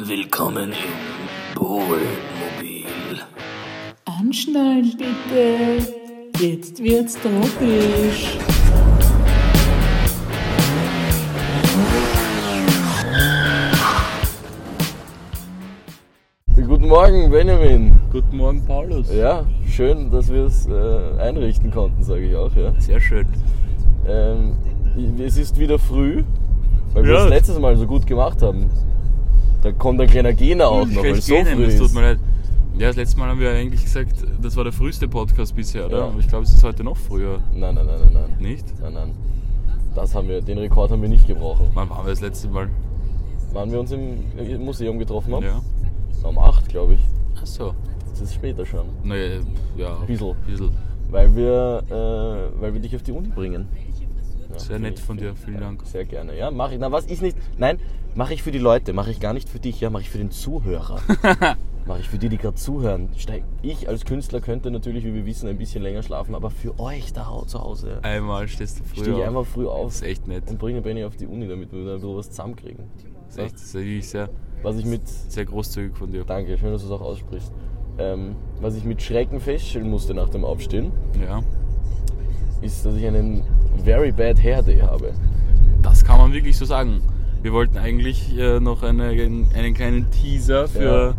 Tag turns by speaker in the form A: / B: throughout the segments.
A: Willkommen im Bullmobil.
B: Anschnallen bitte. Jetzt wird's tropisch.
C: Guten Morgen, Benjamin.
D: Guten Morgen, Paulus.
C: Ja, schön, dass wir es äh, einrichten konnten, sage ich auch. Ja.
D: Sehr schön.
C: Ähm, i- es ist wieder früh, weil wir
D: Ja.
C: das letztes Mal so gut gemacht haben. Da kommt ein kleiner Gena auch noch, weil es so
D: Gähnen,
C: früh
D: das
C: ist.
D: tut mir leid. Ja, das letzte Mal haben wir eigentlich gesagt, das war der früheste Podcast bisher, oder?
C: Ja.
D: Aber ich glaube, es ist heute noch früher.
C: Nein, nein, nein, nein, nein.
D: Nicht?
C: Nein, nein. Das haben wir, den Rekord haben wir nicht gebrochen.
D: Wann waren wir das letzte Mal?
C: Wann wir uns im äh, Museum getroffen haben?
D: Ja.
C: Um 8, glaube ich.
D: Ach so.
C: Das ist später schon.
D: Naja, ja.
C: Bissl.
D: Bissl.
C: Weil wir, äh, weil wir dich auf die Uni bringen. Ja,
D: Sehr
C: finde
D: nett
C: ich-
D: von dir, vielen Dank.
C: Sehr gerne, ja, mache ich. Na, was ist nicht. Nein, mache ich für die Leute, mache ich gar nicht für dich, ja, mache ich für den Zuhörer. mache ich für die, die gerade zuhören. Steig, ich als Künstler könnte natürlich, wie wir wissen, ein bisschen länger schlafen, aber für euch da hau- zu Hause
D: Einmal stehst du früher.
C: stehe ich
D: auf.
C: einfach früh auf
D: Das ist echt nett.
C: und bringe Benny auf die Uni, damit wir da ein bisschen was zusammenkriegen.
D: Das ist echt das ist wirklich sehr,
C: Was ich mit.
D: sehr großzügig von dir.
C: Danke, schön, dass du es auch aussprichst. Ähm, was ich mit Schrecken feststellen musste nach dem Aufstehen,
D: Ja.
C: ist, dass ich einen very bad hair day habe.
D: Das kann man wirklich so sagen. Wir wollten eigentlich äh, noch eine, einen kleinen Teaser für,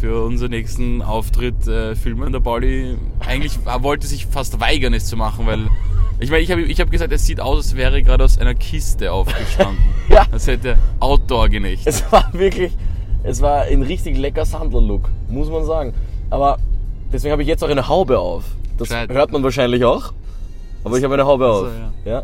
D: für unseren nächsten Auftritt äh, filmen. Der Pauli eigentlich war- wollte sich fast weigern, es zu machen, weil ich meine, ich habe ich hab gesagt, es sieht aus, als wäre er gerade aus einer Kiste aufgestanden.
C: Ja.
D: Das hätte Outdoor genächtet.
C: Es war wirklich, es war ein richtig lecker Sandler-Look, muss man sagen. Aber deswegen habe ich jetzt auch eine Haube auf. Das
D: Gescheit.
C: hört man wahrscheinlich auch. Aber ich habe eine Haube
D: so,
C: auf. ja.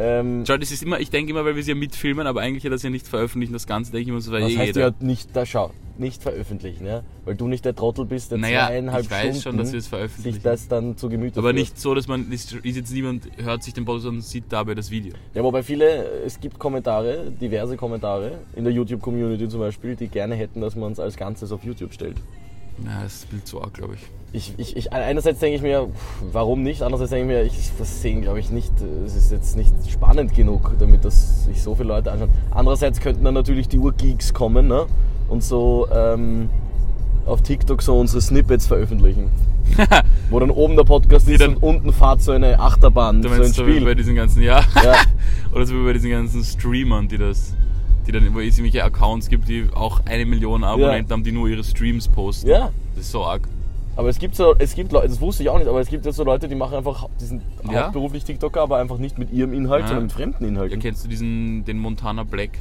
C: Ähm,
D: Schau, das ist immer, ich denke immer, weil wir sie ja mitfilmen, aber eigentlich ja das ja nicht veröffentlichen, das Ganze denke ich immer, so war
C: das
D: eh
C: heißt,
D: jeder.
C: ihr habt nicht, da schau, nicht veröffentlichen, ja? Weil du nicht der Trottel bist, der
D: Naja,
C: zweieinhalb
D: ich weiß schon,
C: Stunden
D: dass wir es
C: sich
D: veröffentlichen.
C: das dann zu Gemüte
D: aber
C: führt.
D: nicht so, dass man, ist jetzt niemand, hört sich den Podcast an und sieht dabei das Video.
C: Ja, wobei viele, es gibt Kommentare, diverse Kommentare in der YouTube-Community zum Beispiel, die gerne hätten, dass man es als Ganzes auf YouTube stellt.
D: Na, das ist ein bisschen zu arg, glaube ich.
C: ich, ich, ich, einerseits denke ich mir, pff, warum nicht? Andererseits denke ich mir, ich, das sehen glaube ich nicht, äh, es ist jetzt nicht spannend genug, damit das sich so viele Leute anschauen. Andererseits könnten dann natürlich die Urgeeks kommen ne? und so ähm, auf TikTok so unsere Snippets veröffentlichen. Wo dann oben der Podcast ist
D: dann-
C: und unten fährt so eine Achterbahn,
D: Du
C: so ein
D: meinst so wie bei
C: Spiel.
D: diesen ganzen, ja.
C: Ja.
D: Oder so wie bei diesen ganzen Streamern, die das, die dann, wo es irgendwelche Accounts gibt, die auch eine Million Abonnenten haben, die nur ihre Streams posten.
C: Ja.
D: Das ist so arg.
C: Aber es gibt so, es gibt Leute, das wusste ich auch nicht, aber es gibt jetzt so Leute, die machen einfach, hau- die sind
D: Ja.
C: hauptberuflich TikToker, aber einfach nicht mit ihrem Inhalt,
D: Ja.
C: sondern mit fremden
D: Ja,
C: Inhalten.
D: kennst du diesen, den Montana Black?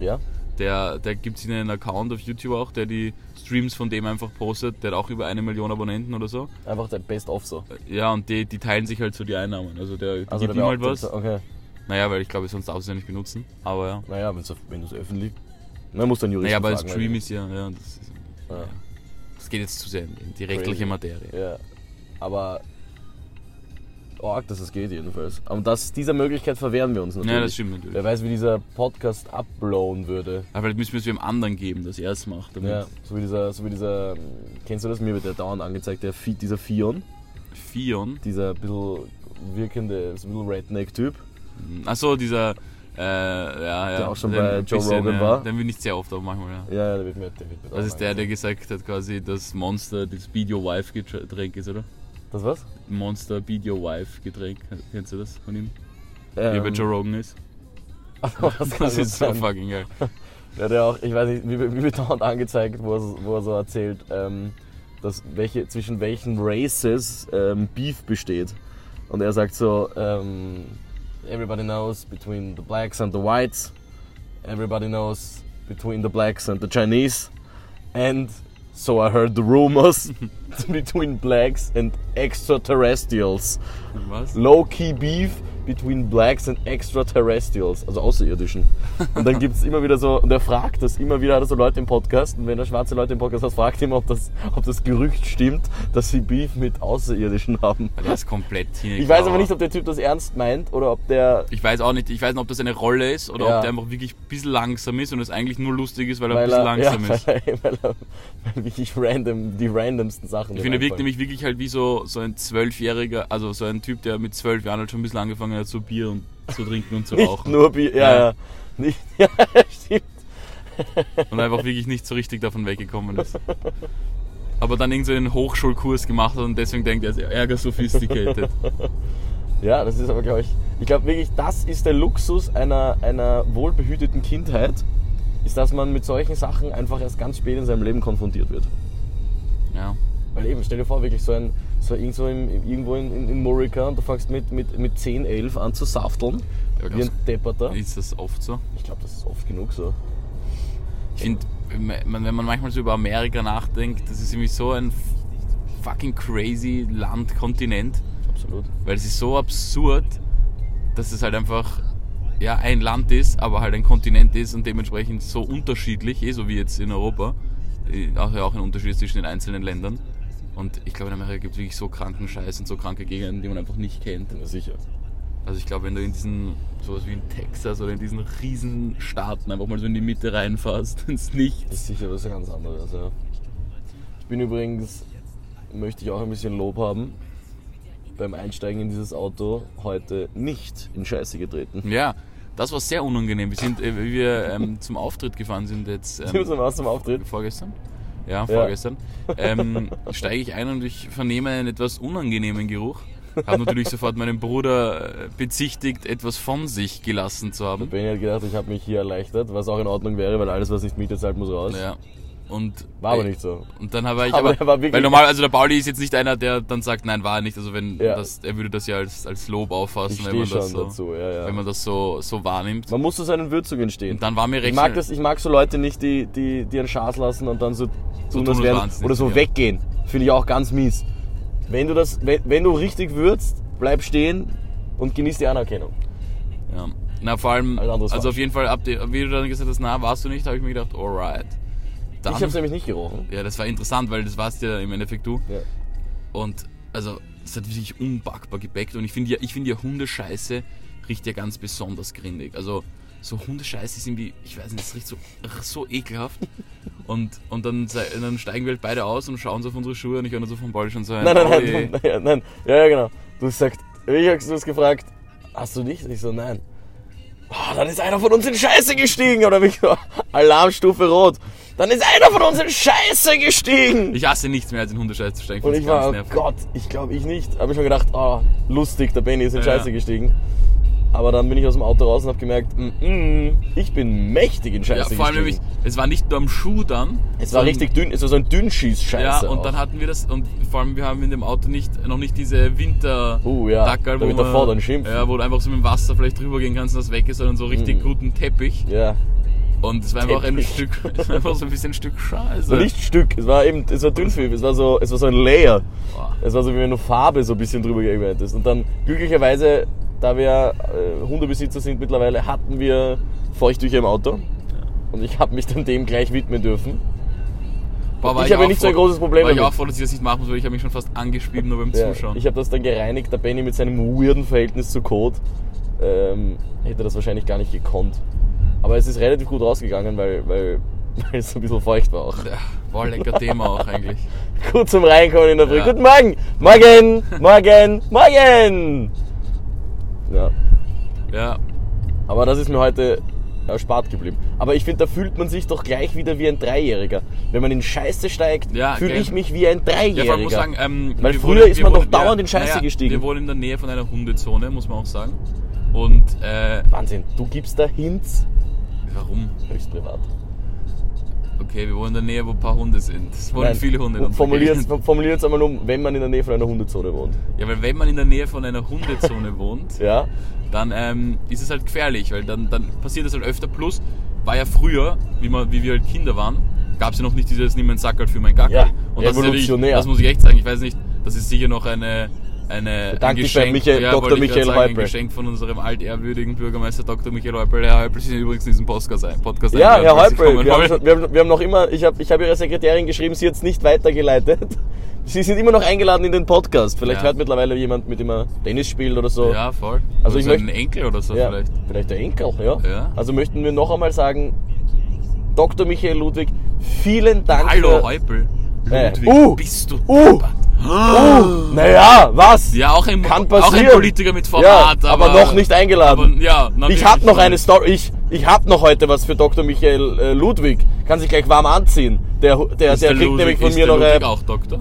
C: Ja.
D: Der, der gibt sich einen Account auf YouTube auch, der die Streams von dem einfach postet. Der hat auch über eine Million Abonnenten oder so.
C: Einfach der Best-of so.
D: Ja, und die, die teilen sich halt so die Einnahmen. Also der, der
C: Also
D: gibt
C: der wär
D: ihm halt
C: auch-
D: was.
C: Okay.
D: Naja, weil ich glaube, sonst darfst du es ja nicht benutzen. Aber ja.
C: Naja, wenn's, auf- wenn du es öffentlich. Na, muss dann Jurist.
D: Naja, aber
C: fragen,
D: das Stream
C: weil-
D: ist ja, ja, das, ist,
C: Ja.
D: das geht jetzt zu sehr in in die
C: Crazy.
D: rechtliche Materie.
C: ja. Aber. Org, dass es geht jedenfalls. Und das, dieser Möglichkeit verwehren wir uns natürlich.
D: Ja, das stimmt natürlich.
C: Wer weiß, wie dieser Podcast abblown würde.
D: Aber Ah, vielleicht müssen wir es dem anderen geben, dass er es macht. Damit
C: Ja, so wie dieser, so wie dieser, kennst du das? Mir wird der dauernd angezeigt, der, Fi- dieser Fion,
D: Fion,
C: dieser bisschen wirkende, so ein bisschen Redneck-Typ.
D: achso, dieser, äh, ja, ja.
C: Der auch schon
D: den
C: bei Joe
D: bisschen,
C: Rogan
D: ja,
C: war.
D: Den bin ich sehr oft auch manchmal, ja.
C: Ja, ja, der wird mir, der wird mir
D: Das ist
C: dauernd
D: der,
C: angezeigt.
D: der gesagt hat quasi, dass Monster das Beat Your Wife Getränk ist, oder?
C: Das was?
D: Monster Beat Your Wife Getränk. Kennst du das von ihm? Wie er bei
C: Ähm,
D: Joe Rogan ist.
C: das, kann
D: Das
C: gut
D: ist so
C: sein.
D: fucking geil.
C: Der hat ja auch, ich weiß nicht, wie, wie wird dauernd angezeigt, wo er, so- wo er so erzählt, ähm, dass welche, zwischen welchen Races ähm, Beef besteht. Und er sagt so, ähm, everybody knows between the blacks and the whites, everybody knows between the blacks and the Chinese, and so I heard the rumors between blacks and extraterrestrials.
D: Was?
C: Low-Key Beef between Blacks and Extraterrestrials, also Außerirdischen. Und dann gibt es immer wieder so, und er fragt das immer wieder, hat er so Leute im Podcast, und wenn er schwarze Leute im Podcast hat, fragt er immer, ob das, ob das Gerücht stimmt, dass sie Beef mit Außerirdischen haben.
D: Der ist komplett hier.
C: Ich weiß aber nicht, ob der Typ das ernst meint oder ob der,
D: Ich weiß auch nicht, ich weiß nicht, ob das eine Rolle ist oder
C: Ja.
D: ob der einfach wirklich ein bisschen langsam ist und es eigentlich nur lustig ist, weil er ein
C: weil er,
D: bisschen langsam
C: ja,
D: ist.
C: Weil er, weil er weil wirklich random, die randomsten Sachen.
D: Ich
C: dann
D: finde, er wirkt
C: einfallen.
D: nämlich wirklich halt wie so, so ein zwölfjähriger, also so ein Typ, der mit zwölf Jahren halt schon ein bisschen angefangen hat, so Bier und zu trinken und zu
C: Nicht
D: rauchen.
C: nur Bier, ja,
D: Ja.
C: ja. Nicht, ja, stimmt.
D: und einfach wirklich nicht so richtig davon weggekommen ist. Aber dann irgend so einen Hochschulkurs gemacht hat und deswegen denkt er, er ist ärger sophisticated.
C: Ja, das ist aber, glaube ich, ich glaube wirklich, das ist der Luxus einer, einer wohlbehüteten Kindheit, ist, dass man mit solchen Sachen einfach erst ganz spät in seinem Leben konfrontiert wird.
D: Ja.
C: Weil eben, stell dir vor, wirklich so ein, so irgend so im, irgendwo in, in, in Morica und du fängst mit, mit, mit 10, 11 an zu safteln,
D: Ja,
C: wie ein
D: glaubst-
C: Depperter.
D: Ist das oft so?
C: Ich glaube, das ist oft genug so.
D: Ich finde, wenn man wenn man manchmal so über Amerika nachdenkt, das ist irgendwie so ein fucking crazy Land, Kontinent.
C: Absolut.
D: Weil es ist so absurd, dass es halt einfach ja, ein Land ist, aber halt ein Kontinent ist und dementsprechend so unterschiedlich, eh so wie jetzt in Europa. Äh, Auch, ja, auch ein Unterschied zwischen den einzelnen Ländern. Und ich glaube, in Amerika gibt es wirklich so kranken Scheiß und so kranke Gegenden, die man einfach nicht kennt.
C: Ja, sicher.
D: Also ich glaube, wenn du in diesen, sowas wie in Texas oder in diesen Riesenstaaten einfach mal so in die Mitte reinfährst, ins Nichts.
C: Das ist sicher was ganz anderes, ja. Ich bin übrigens, möchte ich auch ein bisschen Lob haben, beim Einsteigen in dieses Auto heute nicht in Scheiße getreten.
D: Ja, das war sehr unangenehm. Wir sind, äh, wie wir ähm, zum Auftritt gefahren sind jetzt.
C: Ich muss
D: Ähm,
C: mal was zum Auftritt.
D: vorgestern? Ja, vorgestern. Ähm, steige ich ein und ich vernehme einen etwas unangenehmen Geruch. Habe natürlich sofort meinen Bruder äh, bezichtigt, etwas von sich gelassen zu haben.
C: Benny hat eh gedacht, ich habe mich hier erleichtert, was auch in Ordnung wäre, weil alles, was nicht Miete zahlt, muss raus.
D: Ja. Und, äh,
C: War aber nicht so.
D: Und dann habe ich
C: Aber
D: aber,
C: der war wirklich-
D: weil normal, also der Pauli ist jetzt nicht einer, der dann sagt, nein, war nicht. Also wenn
C: Ja.
D: das, er würde das ja als, als Lob auffassen,
C: Ich stehe
D: wenn man
C: schon
D: das so,
C: dazu, ja,
D: wenn
C: ja.
D: man das so, so wahrnimmt.
C: Man muss zu seinen Würzungen stehen.
D: Und dann war mir recht
C: Ich mag,
D: schnell-
C: das, ich mag so Leute nicht, die, die, die einen Schaß lassen und dann so tun, als
D: als
C: wären-
D: waren's nicht,
C: oder so
D: ja.
C: weggehen. Finde ich auch ganz mies. Wenn du, das, wenn, wenn du richtig würzt, bleib stehen und genieß die Anerkennung.
D: Ja. Na, vor allem,
C: Alles andere ist
D: also auf
C: falsch.
D: jeden Fall, ab dem, wie du dann gesagt hast, na, warst du nicht, habe ich mir gedacht, alright. Dann,
C: Ich habe es nämlich nicht gerochen.
D: ja, das war interessant, weil das warst ja im Endeffekt du.
C: Ja.
D: Und also, es hat wirklich unbackbar gebäckt. Und ich finde ja, ich finde ja, Hundescheiße riecht ja ganz besonders grindig. Also, so Hundescheiße ist irgendwie, ich weiß nicht, das riecht so, ach, so ekelhaft. Und, und dann, sei- dann steigen wir halt beide aus und schauen so auf unsere Schuhe und ich höre nur so vom Ball schon so ein.
C: Nein, nein,
D: oh je.
C: nein, nein, nein, nein. Ja, ja, genau. Du hast gesagt, ich habe es gefragt, hast du nicht? Ich so, nein. Oh, dann ist einer von uns in Scheiße gestiegen, oder wie? Alarmstufe rot. Dann ist einer von uns in Scheiße gestiegen.
D: Ich hasse nichts mehr als in Hundescheiße zu steigen.
C: Und
D: find's
C: ich
D: ganz
C: war, oh
D: nervig.
C: Gott, ich glaube ich nicht. Habe ich schon gedacht, oh, lustig, der Benny ist in
D: Ja.
C: Scheiße gestiegen. Aber dann bin ich aus dem Auto raus und habe gemerkt, mm, mm, ich bin mächtig in
D: Ja,
C: Scheiße
D: vor allem nämlich,
C: gestiegen.
D: es war nicht nur am Schuh dann.
C: Es war
D: sondern-
C: richtig dünn, es war so ein Dünnschieß-Scheiße.
D: Ja, und
C: auch.
D: dann hatten wir das, und vor allem wir haben in dem Auto nicht, noch nicht diese winter
C: Uh, ja,
D: Dackerl,
C: damit der
D: man-
C: Vorder schimpft.
D: Ja, wo du einfach so mit dem Wasser vielleicht drüber gehen kannst und das weg ist, sondern so richtig guten Teppich.
C: Ja.
D: Und es war einfach ein
C: Mhm. Teppich.
D: Stück, es war einfach so ein bisschen ein Stück Scheiße.
C: So nicht Stück, es war eben, es war Dünnfilm, es war so, es war so ein Layer.
D: Boah.
C: Es war so, wie wenn du Farbe so ein bisschen drüber gegangen hättest. Und dann glücklicherweise, da wir äh, Hundebesitzer sind mittlerweile, hatten wir Feuchttücher im Auto. Und ich habe mich dann dem gleich widmen dürfen.
D: Boah, war
C: ich habe
D: auch
C: nicht so ein
D: froh-
C: großes Problem
D: War ich
C: damit.
D: auch froh, dass ich das nicht machen muss, weil ich habe mich schon fast angespielt nur beim
C: Ja,
D: Zuschauen.
C: ich habe das dann gereinigt. Der Benny mit seinem weirden Verhältnis zu Code ähm, hätte das wahrscheinlich gar nicht gekonnt. Aber es ist relativ gut rausgegangen, weil, weil, weil es ein bisschen feucht war auch.
D: ja, war lecker Thema auch eigentlich.
C: Gut zum Reinkommen in der Früh.
D: Ja.
C: Guten Morgen! Morgen! Morgen! Morgen! Ja.
D: Ja,
C: Aber das ist mir heute erspart geblieben. Aber ich finde, da fühlt man sich doch gleich wieder wie ein Dreijähriger. Wenn man in Scheiße steigt,
D: Ja,
C: fühle
D: gell.
C: ich mich wie ein Dreijähriger.
D: Ja, vor allem muss sagen, ähm,
C: Weil
D: wir
C: früher
D: wohnen-
C: ist
D: wir
C: man doch
D: wohnen-
C: dauernd in Scheiße gestiegen.
D: Wir wohnen in der Nähe von einer Hundezone, muss man auch sagen. Und äh,
C: Wahnsinn, du gibst da Hints
D: warum?
C: höchst privat.
D: Okay, wir wohnen in der Nähe, wo ein paar Hunde sind. Es wohnen
C: Nein,
D: viele Hunde. in unserer
C: Formuliert
D: Gegend.
C: es einmal um, wenn man in der Nähe von einer Hundezone wohnt.
D: Ja, weil wenn man in der Nähe von einer Hundezone wohnt,
C: Ja?
D: dann ähm, ist es halt gefährlich, weil dann, dann passiert das halt öfter. Plus war ja früher, wie, man, wie wir halt Kinder waren, gab es ja noch nicht dieses Nimm meinen Sackerl für meinen Gackerl.
C: Ja,
D: Und das, ist ja wirklich-
C: revolutionär.
D: das muss ich echt sagen, ich weiß nicht, das ist sicher noch eine, eine
C: Bedank
D: ein
C: dich bei
D: Geschenk,
C: Michael- Dr.
D: wollte ich gerade
C: Michael
D: sagen, ein
C: Häupl.
D: Geschenk von unserem altehrwürdigen Bürgermeister Dr. Michael Häupl. Herr Häupl ist ja übrigens in diesem Podcast ein. Podcast
C: Ja,
D: eingeladen,
C: Herr
D: falls Sie
C: Häupl,
D: kommen
C: wir haben,
D: wollen.
C: schon, wir, haben, wir haben noch immer, ich habe ich hab Ihrer Sekretärin geschrieben, sie hat es nicht weitergeleitet. Sie sind immer noch eingeladen in den Podcast. Vielleicht
D: Ja.
C: hört mittlerweile jemand, mit dem er Tennis spielt oder so.
D: Ja, voll.
C: Also
D: Also
C: ich
D: ich ein
C: möchte-
D: Enkel oder so
C: Ja,
D: vielleicht.
C: vielleicht der Enkel, ja.
D: Ja.
C: Also möchten wir noch einmal sagen, Dr. Michael Ludwig, vielen Dank.
D: Hallo,
C: für-
D: Häupl.
C: Äh,
D: Ludwig,
C: uh,
D: bist du?
C: Uh, uh, naja, was?
D: Ja, auch ein,
C: Kann
D: auch ein
C: passieren.
D: Politiker mit Format.
C: ja, aber, noch nicht eingeladen.
D: Aber, ja, na,
C: ich
D: wirklich.
C: hab noch eine Story. Ich, ich hab noch heute was für Dr. Michael äh, Ludwig. Kann sich gleich warm anziehen. Der, der, der,
D: Ist
C: kriegt nämlich von
D: ist
C: mir
D: der
C: noch
D: Ludwig
C: ein-
D: auch Doktor?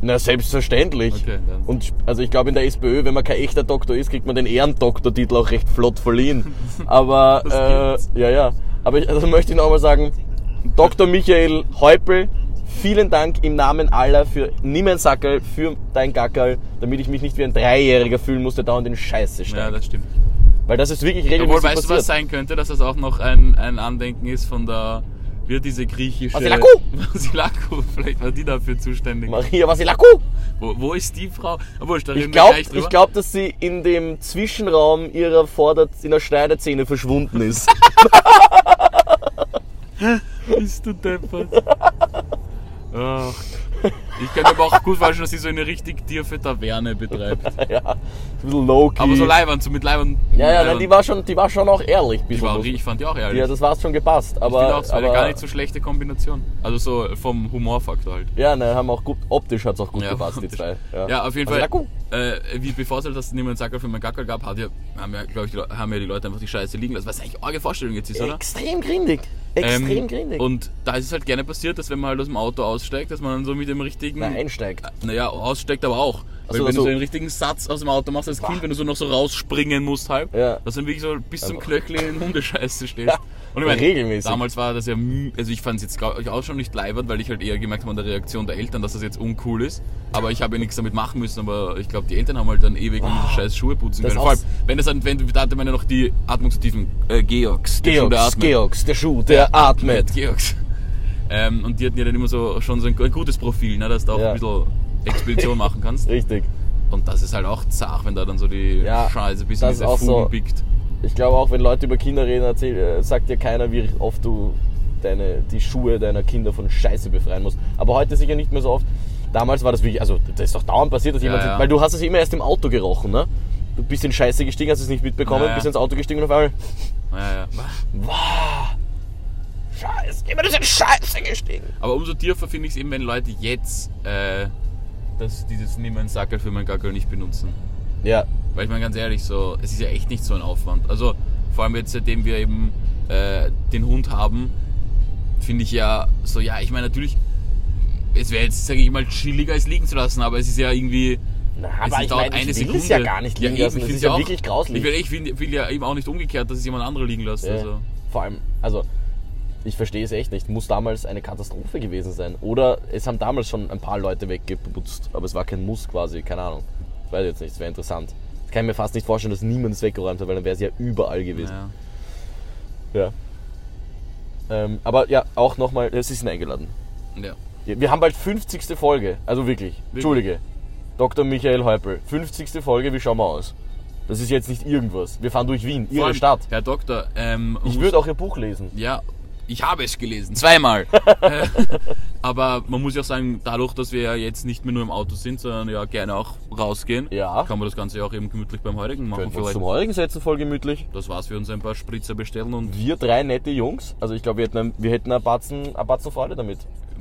C: Na, selbstverständlich.
D: Okay, dann.
C: Und sp- also ich glaube in der SPÖ, wenn man kein echter Doktor ist, kriegt man den Ehrendoktortitel auch recht flott verliehen. Aber
D: gibt's.
C: äh, ja, ja. Aber ich also möchte ich nochmal sagen, Dr. Michael Heupel, vielen Dank im Namen aller für nimm ein Sackerl, für dein Gackerl, damit ich mich nicht wie ein Dreijähriger fühlen muss, der dauernd in Scheiße
D: Ja,
C: steigt.
D: das stimmt.
C: Weil das ist wirklich regelmäßig
D: Obwohl, weißt du,
C: passiert.
D: was sein könnte, dass das auch noch ein, ein Andenken ist von der, wie diese griechische...
C: Vassilakou!
D: Vasilaku, vielleicht war die dafür zuständig.
C: Maria Vasilakou!
D: Wo, wo ist die Frau? Obwohl, da
C: Ich
D: reden wir
C: glaube,
D: gleich drüber.
C: glaub, dass sie in dem Zwischenraum ihrer Vorder in der Schneiderzähne verschwunden ist.
D: Bist du deppert? Ach. Ich kann mir aber auch gut vorstellen, dass sie so eine richtig tiefe Taverne betreibt.
C: ja, ein bisschen low-key.
D: Aber so leibern, so mit leibern.
C: Ja, ja,
D: leibern.
C: nein, die war schon, die war schon auch ehrlich.
D: Die war auch, ich fand die auch ehrlich.
C: ja, das war's schon gepasst. Aber,
D: ich finde auch, das war
C: aber
D: eine gar nicht so schlechte Kombination. Also so vom Humorfaktor halt.
C: ja, nein, haben auch gut, optisch hat's auch gut gepasst, die
D: optisch.
C: zwei.
D: Ja, auf jeden
C: Also, na
D: Fall.
C: gut.
D: Äh, wie bevor es halt das niemand Sacker für meinen Gackel gab, hat ja, haben, ja, glaub ich, die Le- haben ja die Leute einfach die Scheiße liegen lassen. Was eigentlich arge Vorstellung jetzt ist, oder?
C: Extrem grindig. Extrem
D: Ähm,
C: grindig.
D: Und da ist es halt gerne passiert, dass wenn man halt aus dem Auto aussteigt, dass man dann so mit dem richtigen.
C: Na, einsteigt.
D: Naja, Äh, aussteckt aber auch. Weil
C: so,
D: wenn
C: so.
D: du so einen richtigen Satz aus dem Auto machst als Kind, wenn du so noch so rausspringen musst halb,
C: Ja.
D: dass du dann wirklich so bis zum
C: Einfach.
D: Knöchel in Hundescheiße stehst.
C: Ja.
D: Und ich meine,
C: Regelmäßig.
D: damals war das ja, mü- also ich fand es jetzt glaub ich auch schon nicht leibert, weil ich halt eher gemerkt habe an der Reaktion der Eltern, dass das jetzt uncool ist. Aber ich habe ja nichts damit machen müssen, aber ich glaube, die Eltern haben halt dann ewig diese scheiß Schuhe putzen
C: Ah, Das
D: können. Vor
C: aus-
D: allem, wenn das dann, wenn, da hatte man ja noch die atmungsaktiven äh, Georgs. die Schuhe
C: Georgs,
D: atmen.
C: Georgs, der Schuh, der atmet.
D: Mit Georgs. Ähm, und die hatten ja dann immer so schon so ein, ein gutes Profil, ne, dass du auch
C: Ja.
D: ein bisschen Expedition machen kannst.
C: Richtig.
D: Und das ist halt auch zart, wenn da dann so die
C: Ja,
D: Scheiße bis in
C: das ist
D: diese
C: auch
D: Fugen
C: so.
D: biegt.
C: Ich glaube auch, wenn Leute über Kinder reden, erzähl, äh, sagt dir keiner, wie oft du deine, die Schuhe deiner Kinder von Scheiße befreien musst. Aber heute sicher nicht mehr so oft. Damals war das wirklich, also das ist doch dauernd passiert, dass jemand,
D: ja.
C: weil du hast es immer erst im Auto gerochen, ne? Du bist in Scheiße gestiegen, hast es nicht mitbekommen,
D: Ja, ja.
C: bist ins Auto gestiegen und auf einmal,
D: Ja, ja.
C: Scheiße, jemand ist in Scheiße gestiegen.
D: Aber umso tiefer finde ich es eben, wenn Leute jetzt äh, das, dieses Nimm einen Sackerl für meinen Gackerl nicht benutzen.
C: Ja,
D: Weil ich meine ganz ehrlich, so, es ist ja echt nicht so ein Aufwand. Also vor allem jetzt, seitdem wir eben äh, den Hund haben, finde ich ja so, ja, ich meine natürlich, es wäre jetzt, sage ich mal, chilliger, es liegen zu lassen, aber es ist ja irgendwie...
C: Na,
D: es
C: aber ich
D: dauert
C: meine, ich will es ja gar nicht liegen
D: eben,
C: lassen,
D: ich
C: das
D: find's
C: ist ja
D: auch-
C: wirklich grauslich.
D: Ich will, ich will, will ja eben auch nicht umgekehrt, dass es jemand andere liegen lässt.
C: Ja.
D: Also.
C: Vor allem, also ich verstehe es echt nicht. Muss damals eine Katastrophe gewesen sein. Oder es haben damals schon ein paar Leute weggeputzt, aber es war kein Muss quasi, keine Ahnung. Ich weiß jetzt nicht, es wäre interessant. Das kann ich mir fast nicht vorstellen, dass niemand es weggeräumt hat, weil dann wäre es ja überall gewesen.
D: Ja.
C: Ja. Ähm, aber ja, auch nochmal, es ist eingeladen.
D: ja.
C: Wir haben bald 50. Folge, also wirklich, Entschuldige. Dr. Michael Heupel, 50. Folge, wie schauen wir aus? Das ist jetzt nicht irgendwas. Wir fahren durch Wien,
D: Vor
C: Ihre
D: allem,
C: Stadt.
D: Herr Doktor, ähm,
C: Ich
D: muss-
C: würde auch Ihr Buch lesen.
D: Ja, ich habe es gelesen, zweimal. Äh, Aber man muss ja auch sagen, dadurch, dass wir ja jetzt nicht mehr nur im Auto sind, sondern ja gerne auch rausgehen,
C: Ja.
D: kann man das Ganze ja auch eben gemütlich beim Heurigen machen.
C: Können wir uns zum heurigen setzen, voll gemütlich.
D: Das war's, wir uns ein paar Spritzer bestellen und
C: Wir drei nette Jungs, also ich glaube, wir hätten, ein- wir hätten ein Batzen, ein Batzen Freude damit.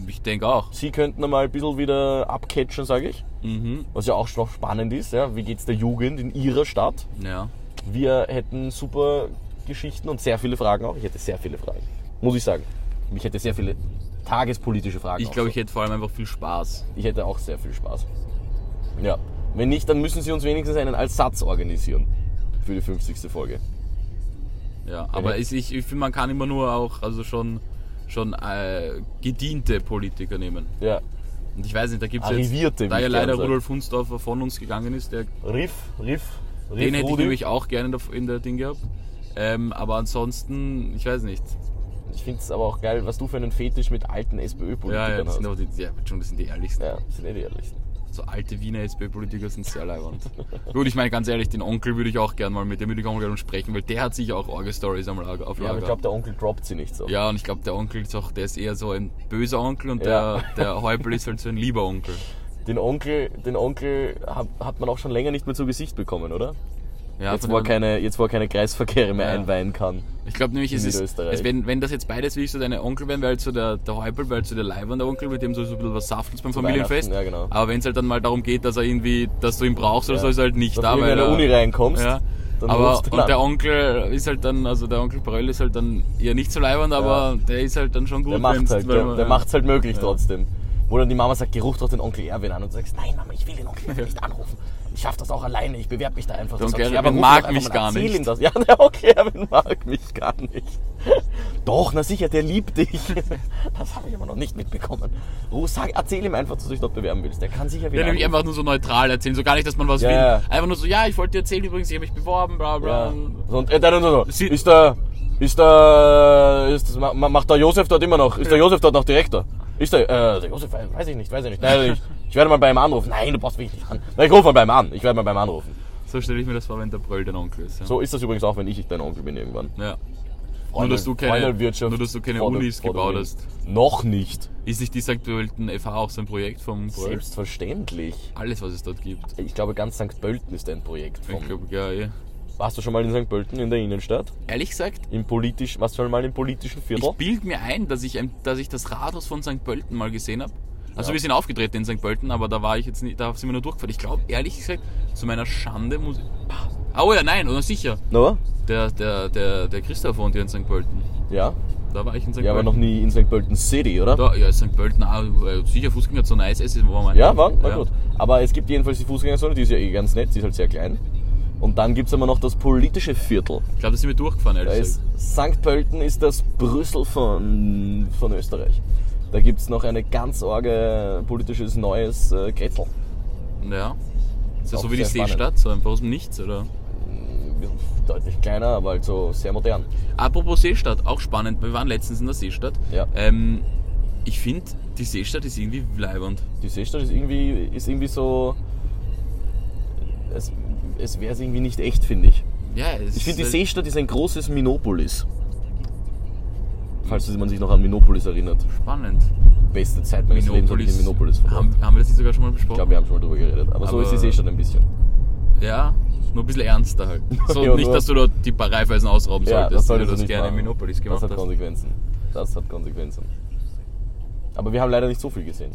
D: ich denke auch.
C: Sie könnten einmal ein bisschen wieder abcatchen, sage ich.
D: Mhm.
C: Was ja auch noch spannend ist, ja. Wie geht's der Jugend in ihrer Stadt?
D: Ja.
C: Wir hätten super Geschichten und sehr viele Fragen auch. Ich hätte sehr viele Fragen, muss ich sagen. Ich hätte sehr viele tagespolitische Fragen
D: Ich
C: auch
D: glaube, ich
C: so.
D: hätte vor allem einfach viel Spaß.
C: ich hätte auch sehr viel Spaß. Ja. Wenn nicht, dann müssen Sie uns wenigstens einen als Satz organisieren. Für die 50. Folge.
D: Ja. Aber
C: Ja.
D: es- ich, ich finde, man kann immer nur auch, also schon, schon äh, gediente Politiker nehmen.
C: Ja.
D: Und ich weiß nicht, da gibt es
C: Arrivierte, wie
D: da
C: ich
D: ja
C: gern
D: leider
C: sag.
D: Rudolf Hunsdorfer von uns gegangen ist, der
C: Riff, Riff, Riff.
D: Den hätte ich
C: Rudi.
D: nämlich auch gerne in der- in der Ding gehabt. Ähm, aber ansonsten, ich weiß nicht.
C: Ich finde es aber auch geil, was du für einen Fetisch mit alten
D: Ja,
C: SPÖ-Politikern
D: ja, das
C: hast.
D: sind, aber die, ja, schon, das sind die ehrlichsten.
C: ja, das sind eh die ehrlichsten.
D: So alte Wiener SPÖ-Politiker sind sehr leibend. Gut, ich meine, ganz ehrlich, den Onkel würde ich auch gerne mal mit dem würde ich auch mal gerne sprechen, weil der hat sich auch Orge-Stories am Lager, auf
C: Ja,
D: Lager.
C: aber ich glaube, der Onkel droppt sie nicht so.
D: Ja, und ich glaube, der Onkel ist auch, der ist eher so ein böser Onkel und
C: Ja.
D: der, der Häupl ist halt so ein lieber Onkel.
C: Den Onkel, den Onkel hat, hat man auch schon länger nicht mehr zu Gesicht bekommen, oder?
D: Ja,
C: jetzt,
D: von
C: wo er
D: dem-
C: keine, jetzt, wo er keine Kreisverkehre mehr
D: Also Ja.
C: einweihen kann.
D: Ich glaube nämlich, es
C: In
D: ist,
C: Niederösterreich.
D: es, wenn, wenn das jetzt beides wirklich so deine Onkel wären, wäre halt so der, der Häupl, wäre halt so der leibende Onkel, mit dem so, so ein bisschen was saftens beim Familienfest.
C: Weihnachten, ja, genau.
D: Aber wenn es halt dann mal darum geht, dass er irgendwie, dass du ihn brauchst oder so, ist er halt nicht
C: Dass
D: da,
C: du in
D: weil
C: eine
D: er,
C: Uni reinkommst.
D: Ja,
C: Dann
D: Aber
C: rufst du ihn
D: und der
C: an.
D: Onkel ist halt dann, also der Onkel Bröll ist halt dann eher nicht so leibend, aber der ist halt dann schon gut.
C: der macht
D: wenn's-
C: halt,
D: weil
C: der,
D: man-
C: der
D: ja.
C: macht's halt möglich
D: Ja.
C: trotzdem. Wo dann die Mama sagt, geh ruf doch den Onkel Erwin an und du sagst, nein Mama, ich will den Onkel Erwin nicht anrufen. Ich schaff das auch alleine, ich bewerbe mich da einfach.
D: Der
C: Das
D: Onkel
C: hab ich-
D: Erwin
C: ruf
D: mag
C: doch einfach
D: mich
C: mal an,
D: gar
C: erzähl
D: nicht.
C: Ihm das. Ja, der Onkel Erwin mag mich gar nicht. Doch, na sicher, der liebt dich. Das habe ich aber noch nicht mitbekommen. Ruf, sag, erzähl ihm einfach, dass du dich dort bewerben willst. Der kann sicher
D: Der
C: wieder
D: nämlich
C: anrufen.
D: einfach nur so neutral erzählen, so gar nicht, dass man was
C: halt Ja,
D: will.
C: ja.
D: Einfach nur so, ja, ich wollte dir erzählen, übrigens, ich habe mich beworben, bla bla.
C: Ja. So, Und äh, dann und so, so.
D: Sie-
C: Ist der, ist der, ist das, ma- ma- macht der Josef dort immer noch, ist der Josef dort noch Direktor? Ist der, äh, der Josef, äh, weiß ich nicht, weiß ich nicht. Nein, ich, ich werde mal bei ihm anrufen. Nein, du brauchst mich nicht an. Nein, ich rufe mal bei ihm an. Ich werde mal bei ihm anrufen.
D: So stelle ich mir das vor, wenn der Bröll dein Onkel ist. Ja.
C: So ist das übrigens auch, wenn ich dein Onkel bin irgendwann.
D: Ja. Nur, dass du keine,
C: Freundelwirtschaft
D: nur, dass du keine
C: vor der-
D: Unis
C: vor der
D: gebaut
C: Uni.
D: hast.
C: Noch nicht.
D: Ist nicht die St. Pölten FH auch so ein Projekt vom Bröll?
C: Selbstverständlich.
D: Alles, was es dort gibt.
C: Ich glaube, ganz St. Pölten ist ein Projekt
D: Ich
C: vom.
D: glaube, ja, eh.
C: Warst du schon mal in St. Pölten in der Innenstadt?
D: Ehrlich gesagt,
C: Im politisch, warst du schon mal im politischen Viertel?
D: ich bild mir ein, dass ich, ein- dass ich das Rathaus von St. Pölten mal gesehen habe. Also
C: Ja.
D: wir sind aufgetreten in St. Pölten, aber da war ich jetzt nicht, da sind wir nur durchgefahren. Ich glaube, ehrlich gesagt, zu meiner Schande muss ich... Oh ja, nein, oder sicher.
C: No?
D: Der, der, der, der Christoph wohnt ja in St. Pölten.
C: Ja.
D: Da war ich in St.
C: Ja, aber
D: Pölten.
C: noch nie in St. Pölten City, oder?
D: Da, ja, St. Pölten, auch, äh, sicher Fußgänger, so nice es ist, wo man
C: Ja, war, war
D: Ja.
C: gut. Aber es gibt jedenfalls die Fußgängerzone, die ist ja eh ganz nett, die ist halt sehr klein. Und dann gibt es immer noch das politische Viertel.
D: Ich glaube, da sind wir durchgefahren,
C: Da
D: ehrlich
C: ist,
D: gesagt.
C: St. Pölten ist das Brüssel von, von Österreich. Da gibt es noch eine ganz orge politisches neues äh, Grätzl.
D: Ja. Ist das
C: Auch
D: so wie die
C: sehr spannend.
D: Seestadt, so einfach aus dem Nichts, oder?
C: Deutlich kleiner, aber also sehr modern.
D: Apropos Seestadt, auch spannend. Wir waren letztens in der Seestadt.
C: Ja.
D: Ähm, ich finde, die Seestadt ist irgendwie leibernd.
C: Die Seestadt ist irgendwie, ist irgendwie so. Es, es wäre es irgendwie nicht echt, finde ich.
D: Ja, es
C: Ich finde, die
D: ist- halt
C: Seestadt ist ein großes Minopolis. Falls man sich noch an Minopolis erinnert.
D: spannend.
C: Beste Zeit meines Lebens habe ich in Minopolis verbracht.
D: haben, haben wir das nicht sogar schon mal
C: Ich
D: besprochen?
C: glaube, wir haben schon mal drüber geredet. Aber, so
D: Aber-
C: ist die Seestadt ein bisschen.
D: Ja, nur ein bisschen ernster halt. So,
C: Ja,
D: nicht,
C: nur-
D: dass du dort die paar Reifeisen ausrauben solltest,
C: solltest
D: wie du
C: du
D: das
C: nicht
D: gerne in
C: machen.
D: Minopolis gemacht
C: Das hat
D: hast.
C: Konsequenzen. Das hat Konsequenzen. Aber wir haben leider nicht so viel gesehen.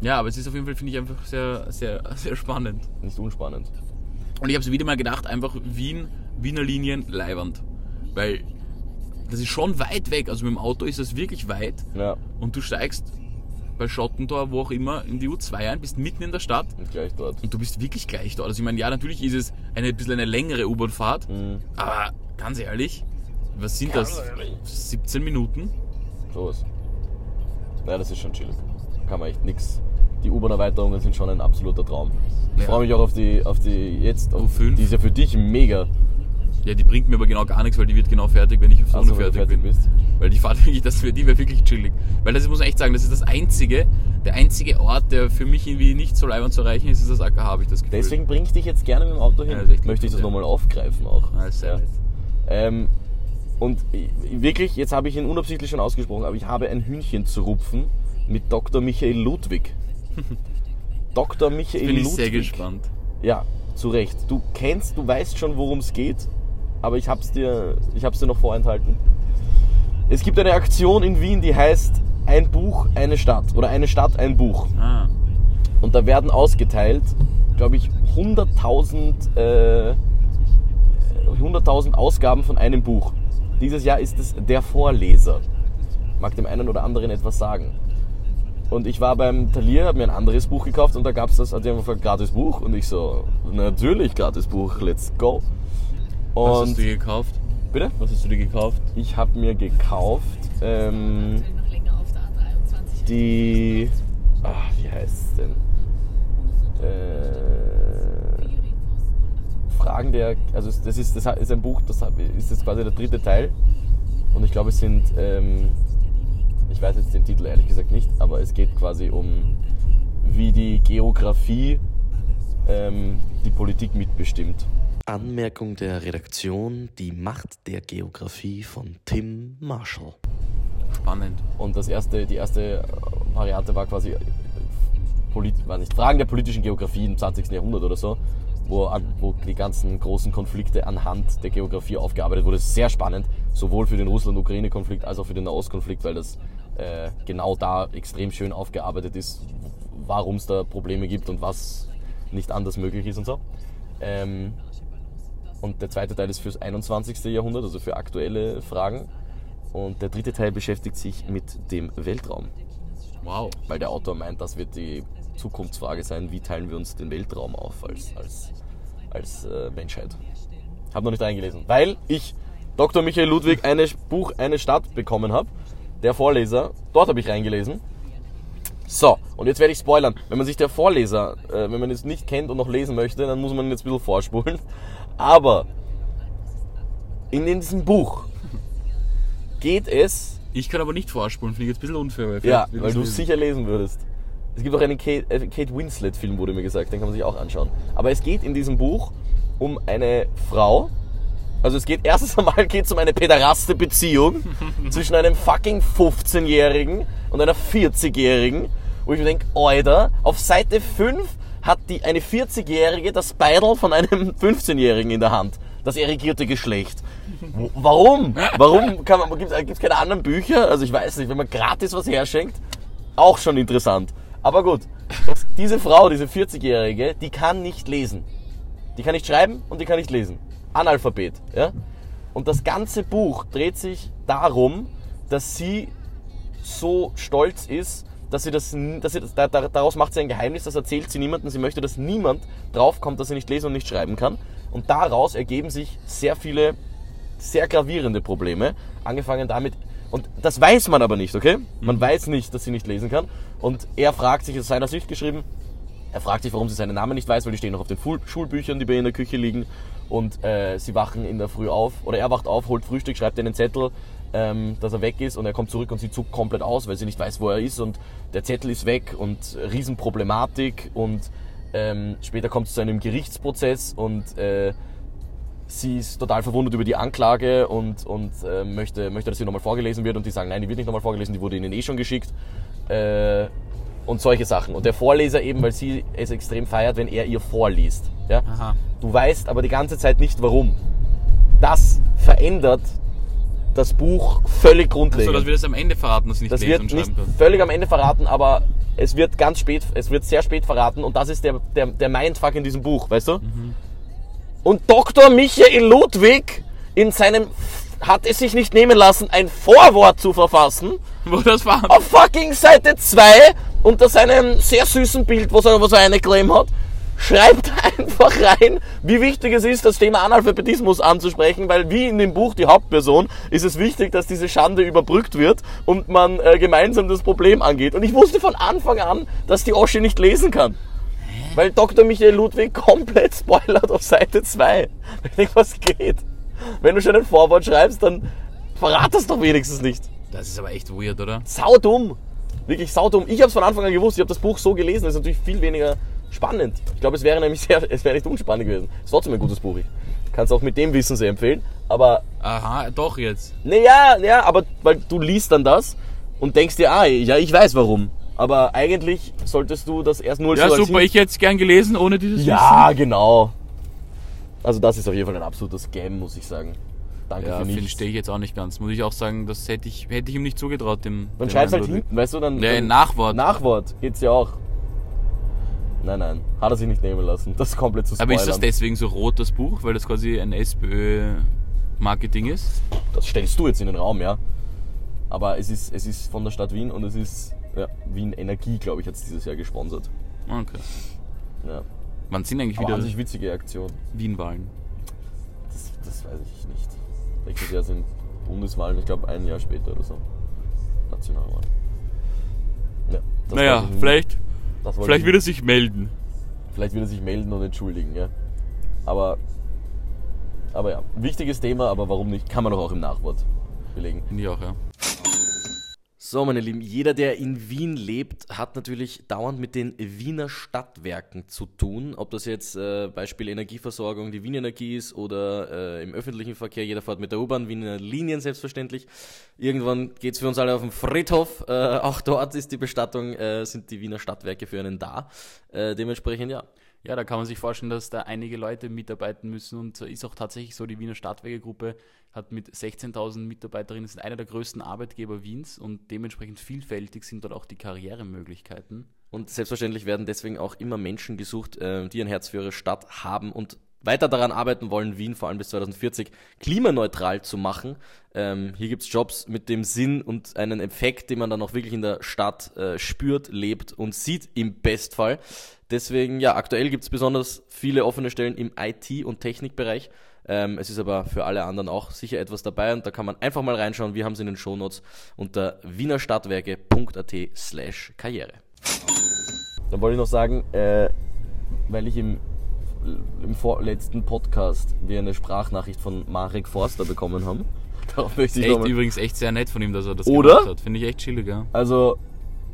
D: Ja, aber es ist auf jeden Fall, finde ich, einfach sehr, sehr, sehr spannend.
C: Nicht unspannend.
D: Und ich habe wieder mal gedacht, einfach Wien, Wiener Linien, leibernd. Weil das ist schon weit weg. Also mit dem Auto ist das wirklich weit.
C: Ja,
D: Und du steigst bei Schottentor, wo auch immer, in die U2 ein, bist mitten in der Stadt
C: und gleich dort.
D: und du bist wirklich gleich dort. Also ich meine, ja, natürlich ist es eine ein bisschen eine längere U-Bahn-Fahrt,
C: Mhm.
D: aber ganz ehrlich, was sind das? 17 Minuten?
C: Sowas. Naja, das ist schon chillig. Kann man echt nix. Die U-Bahn-Erweiterungen sind schon ein absoluter Traum. Ich
D: Ja. Um
C: freue mich auch auf die, auf die jetzt. Auf,
D: U5.
C: Die ist ja für dich mega.
D: Ja, die bringt mir aber genau gar nichts, weil die wird genau fertig, wenn ich aufs
C: Ach
D: Uni
C: so, wenn du
D: fertig,
C: fertig
D: bin.
C: bist.
D: Weil die Fahrt wirklich, das wär, die wäre wirklich chillig. Weil das muss man echt sagen, das ist das einzige, der einzige Ort, der für mich irgendwie nicht so leibend zu erreichen ist, ist das AKH, habe ich das Gefühl.
C: Deswegen bringe ich dich jetzt gerne mit dem Auto hin.
D: Ja, das ist echt
C: Möchte ich
D: gut,
C: das
D: ja.
C: nochmal aufgreifen auch.
D: Ah, ist sehr nett.
C: Ähm, und i- wirklich, jetzt habe ich ihn unabsichtlich schon ausgesprochen, aber ich habe ein Hühnchen zu rupfen mit Dr. Michael Ludwig. Dr. Michael
D: Bin ich
C: Ludwig.
D: sehr gespannt.
C: Ja, zu Recht. Du kennst, du weißt schon, worum es geht, aber ich hab's dir, ich hab's dir noch vorenthalten. Es gibt eine Aktion in Wien, die heißt Ein Buch, eine Stadt oder eine Stadt, ein Buch.
D: Ah,
C: Und da werden ausgeteilt, glaube ich, 100.000 äh, 100.000 Ausgaben von einem Buch. Dieses Jahr ist es Der Vorleser. Mag dem einen oder anderen etwas sagen. Und ich war beim Talier, habe mir ein anderes Buch gekauft und da gab es das, also die haben gefragt, gratis Buch. Und ich so, natürlich gratis Buch, let's go.
D: was hast
C: Und
D: du dir gekauft?
C: bitte?
D: Was hast du dir gekauft?
C: Ich habe mir gekauft ähm,
E: aktuell noch länger auf der A23.
C: die, ah, wie heißt es denn? Äh, Fragen der, also es- das ist, das ist ein Buch, das hab- ist jetzt quasi der dritte Teil. Und ich glaube, es sind, ähm, ich weiß jetzt den Titel ehrlich gesagt nicht, aber es geht quasi um, wie die Geografie ähm, die Politik mitbestimmt.
F: Anmerkung der Redaktion: Die Macht der Geografie von Tim Marshall.
D: Spannend.
C: Und das erste, die erste Variante war quasi äh, Polit, weiß nicht, Fragen der politischen Geografie im 20. Jahrhundert oder so, wo, an- wo die ganzen großen Konflikte anhand der Geografie aufgearbeitet wurde. Sehr spannend, sowohl für den Russland-Ukraine-Konflikt als auch für den Nahostkonflikt, weil das äh, genau da extrem schön aufgearbeitet ist, warum es da Probleme gibt und was nicht anders möglich ist und so. Ähm, Und der zweite Teil ist fürs 21. Jahrhundert, also für aktuelle Fragen. Und der dritte Teil beschäftigt sich mit dem Weltraum,
D: Wow.
C: weil der Autor meint, das wird die Zukunftsfrage sein, wie teilen wir uns den Weltraum auf als, als, als äh, Menschheit. Hab noch nicht eingelesen, weil ich Dr. Michael Ludwig ein Buch, eine Stadt bekommen habe. Der Vorleser, dort habe ich reingelesen. So, und jetzt werde ich spoilern. Wenn man sich der Vorleser, äh, wenn man es nicht kennt und noch lesen möchte, dann muss man jetzt ein bisschen vorspulen. Aber in diesem Buch geht es
D: Ich kann aber nicht vorspulen, finde ich jetzt ein bisschen unfair. Weil
C: ja,
D: vielleicht will
C: weil
D: ich's
C: du es
D: lesen.
C: sicher lesen würdest. Es gibt auch einen Kate, äh, Kate Winslet-Film, wurde mir gesagt, den kann man sich auch anschauen. Aber es geht in diesem Buch um eine Frau. Also es geht erstens einmal geht's um eine pederaste Beziehung zwischen einem fucking 15-Jährigen und einer 40-Jährigen, wo ich mir denke, Alter, auf Seite 5 hat die, eine 40-Jährige das Beidel von einem 15-Jährigen in der Hand. Das erigierte Geschlecht. Wo- Warum? Warum kann man, gibt es keine anderen Bücher? Also ich weiß nicht, wenn man gratis was herschenkt, auch schon interessant. Aber gut, das, diese Frau, diese 40-Jährige, die kann nicht lesen. Die kann nicht schreiben und die kann nicht lesen. Analphabet, ja? Und das ganze Buch dreht sich darum, dass sie so stolz ist, dass sie das, n- dass sie das da- da- daraus macht sie ein Geheimnis, das erzählt sie niemandem, sie möchte, dass niemand draufkommt, dass sie nicht lesen und nicht schreiben kann. Und daraus ergeben sich sehr viele sehr gravierende Probleme, angefangen damit, und das weiß man aber nicht, okay? Man weiß nicht, dass sie nicht lesen kann. Und er fragt sich, es ist seiner Sicht geschrieben, er fragt sich, warum sie seinen Namen nicht weiß, weil die stehen noch auf den Fu- Schulbüchern, die bei ihr in der Küche liegen. Und äh, sie wachen in der Früh auf, oder er wacht auf, holt Frühstück, schreibt ihr einen Zettel, ähm, dass er weg ist und er kommt zurück und sie zuckt komplett aus, weil sie nicht weiß, wo er ist und der Zettel ist weg und Riesenproblematik und ähm, später kommt es zu einem Gerichtsprozess und äh, sie ist total verwundert über die Anklage und, und äh, möchte, möchte, dass sie nochmal vorgelesen wird und die sagen, nein, die wird nicht nochmal vorgelesen, die wurde ihnen eh schon geschickt äh, und solche Sachen. Und der Vorleser eben, weil sie es extrem feiert, wenn er ihr vorliest. Ja?
D: Aha.
C: Du weißt aber die ganze Zeit nicht, warum. Das verändert das Buch völlig grundlegend.
D: So, dass wir das am Ende verraten, dass ich nicht
C: Das
D: lesen
C: wird
D: und
C: nicht
D: schreiben kann.
C: völlig am Ende verraten, aber es wird ganz spät, es wird sehr spät verraten und das ist der, der, der Mindfuck in diesem Buch, weißt du?
D: Mhm.
C: Und Dr. Michael Ludwig in seinem hat es sich nicht nehmen lassen, ein Vorwort zu verfassen
D: Wo das war.
C: auf fucking Seite 2 unter seinem sehr süßen Bild, was er, was er eine Claim hat, schreibt einfach rein, wie wichtig es ist, das Thema Analphabetismus anzusprechen, weil wie in dem Buch die Hauptperson ist es wichtig, dass diese Schande überbrückt wird und man äh, gemeinsam das Problem angeht. Und ich wusste von Anfang an, dass die Oschi nicht lesen kann. Weil Dr. Michael Ludwig komplett spoilert auf Seite 2. Ich denke, was geht? Wenn du schon ein Vorwort schreibst, dann verrat das doch wenigstens nicht
D: Das ist aber echt weird, oder?
C: saudumm. Wirklich saudumm. Ich habe es von Anfang an gewusst. Ich habe das Buch so gelesen. Das ist natürlich viel weniger spannend. Ich glaube, es wäre nämlich sehr, es wäre nicht unspannend gewesen. Es ist trotzdem ein gutes Buch. Ich kann es auch mit dem Wissen sehr empfehlen. Aber,
D: Aha, doch jetzt.
C: naja, ja, aber weil du liest dann das und denkst dir, ah, ja, ich weiß warum. Aber eigentlich solltest du das erst nur
D: Ja,
C: so als
D: super,
C: Hin-
D: ich hätte es gern gelesen, ohne dieses
C: Ja, genau. Also das ist auf jeden Fall ein absoluter Scam, muss ich sagen. Danke
D: Wissen. Ja,
C: für
D: finde
C: nichts.
D: stehe ich jetzt auch nicht ganz. Muss ich auch sagen, das hätte ich, hätte ich ihm nicht zugetraut, dem.
C: Dann
D: dem
C: schreib's halt
D: Herrn Ludwig.
C: hinten, weißt du, dann...
D: Ja,
C: dann-
D: ein Nachwort.
C: Nachwort geht's ja auch. Nein, nein, hat er sich nicht nehmen lassen. Das ist komplett zu spoilern.
D: aber ist das deswegen so rot, das Buch? Weil das quasi ein SPÖ-Marketing ist?
C: Das stellst du jetzt in den Raum, ja. Aber es ist, es ist von der Stadt Wien und es ist ja, Wien Energie, glaube ich, hat es dieses Jahr gesponsert.
D: Okay.
C: Ja.
D: Wann sind eigentlich
C: Aber
D: wieder
C: an sich witzige Aktion.
D: Wien-Wahlen?
C: Das, das weiß ich nicht. Nächstes Jahr sind Bundeswahlen, ich glaube ein Jahr später oder so. Nationalwahlen. Ja, das
D: Naja,
C: wollte ich-
D: vielleicht,
C: das wollte
D: vielleicht
C: ich-
D: wird er sich melden.
C: Vielleicht will er sich melden und entschuldigen, ja. Aber, aber ja, wichtiges Thema, aber warum nicht? Kann man doch auch im Nachwort belegen.
D: Finde ich auch, ja.
F: So, meine Lieben, jeder, der in Wien lebt, hat natürlich dauernd mit den Wiener Stadtwerken zu tun. Ob das jetzt äh, Beispiel Energieversorgung, die Wien Energie ist oder äh, im öffentlichen Verkehr, jeder fährt mit der U-Bahn, Wiener Linien selbstverständlich. Irgendwann geht's für uns alle auf den Friedhof. Äh, auch dort ist die Bestattung, äh, sind die Wiener Stadtwerke für einen da. Äh, dementsprechend, ja.
D: Ja, da kann man sich vorstellen, dass da einige Leute mitarbeiten müssen und so ist auch tatsächlich so, die Wiener Stadtwerkegruppe hat mit 16.000 Mitarbeiterinnen, sind einer der größten Arbeitgeber Wiens und dementsprechend vielfältig sind dort auch die Karrieremöglichkeiten.
F: Und selbstverständlich werden deswegen auch immer Menschen gesucht, äh, die ein Herz für ihre Stadt haben und weiter daran arbeiten wollen, Wien vor allem bis 2040 klimaneutral zu machen. Ähm, hier gibt's Jobs mit dem Sinn und einen Effekt, den man dann auch wirklich in der Stadt äh, spürt, lebt und sieht im Bestfall. Deswegen, ja, aktuell gibt's besonders viele offene Stellen im IT- und Technikbereich. Ähm, es ist aber für alle anderen auch sicher etwas dabei und da kann man einfach mal reinschauen. Wir haben es in den Shownotes unter wienerstadtwerke.at slash Karriere.
C: Dann wollte ich noch sagen, äh, weil ich im, im vorletzten Podcast wir eine Sprachnachricht von Marek Forster bekommen haben. Darauf möchte ich
D: Echt
C: nochmal.
D: übrigens echt sehr nett von ihm, dass er das
C: Oder?
D: gemacht hat. Finde ich echt chillig, ja.
C: Also,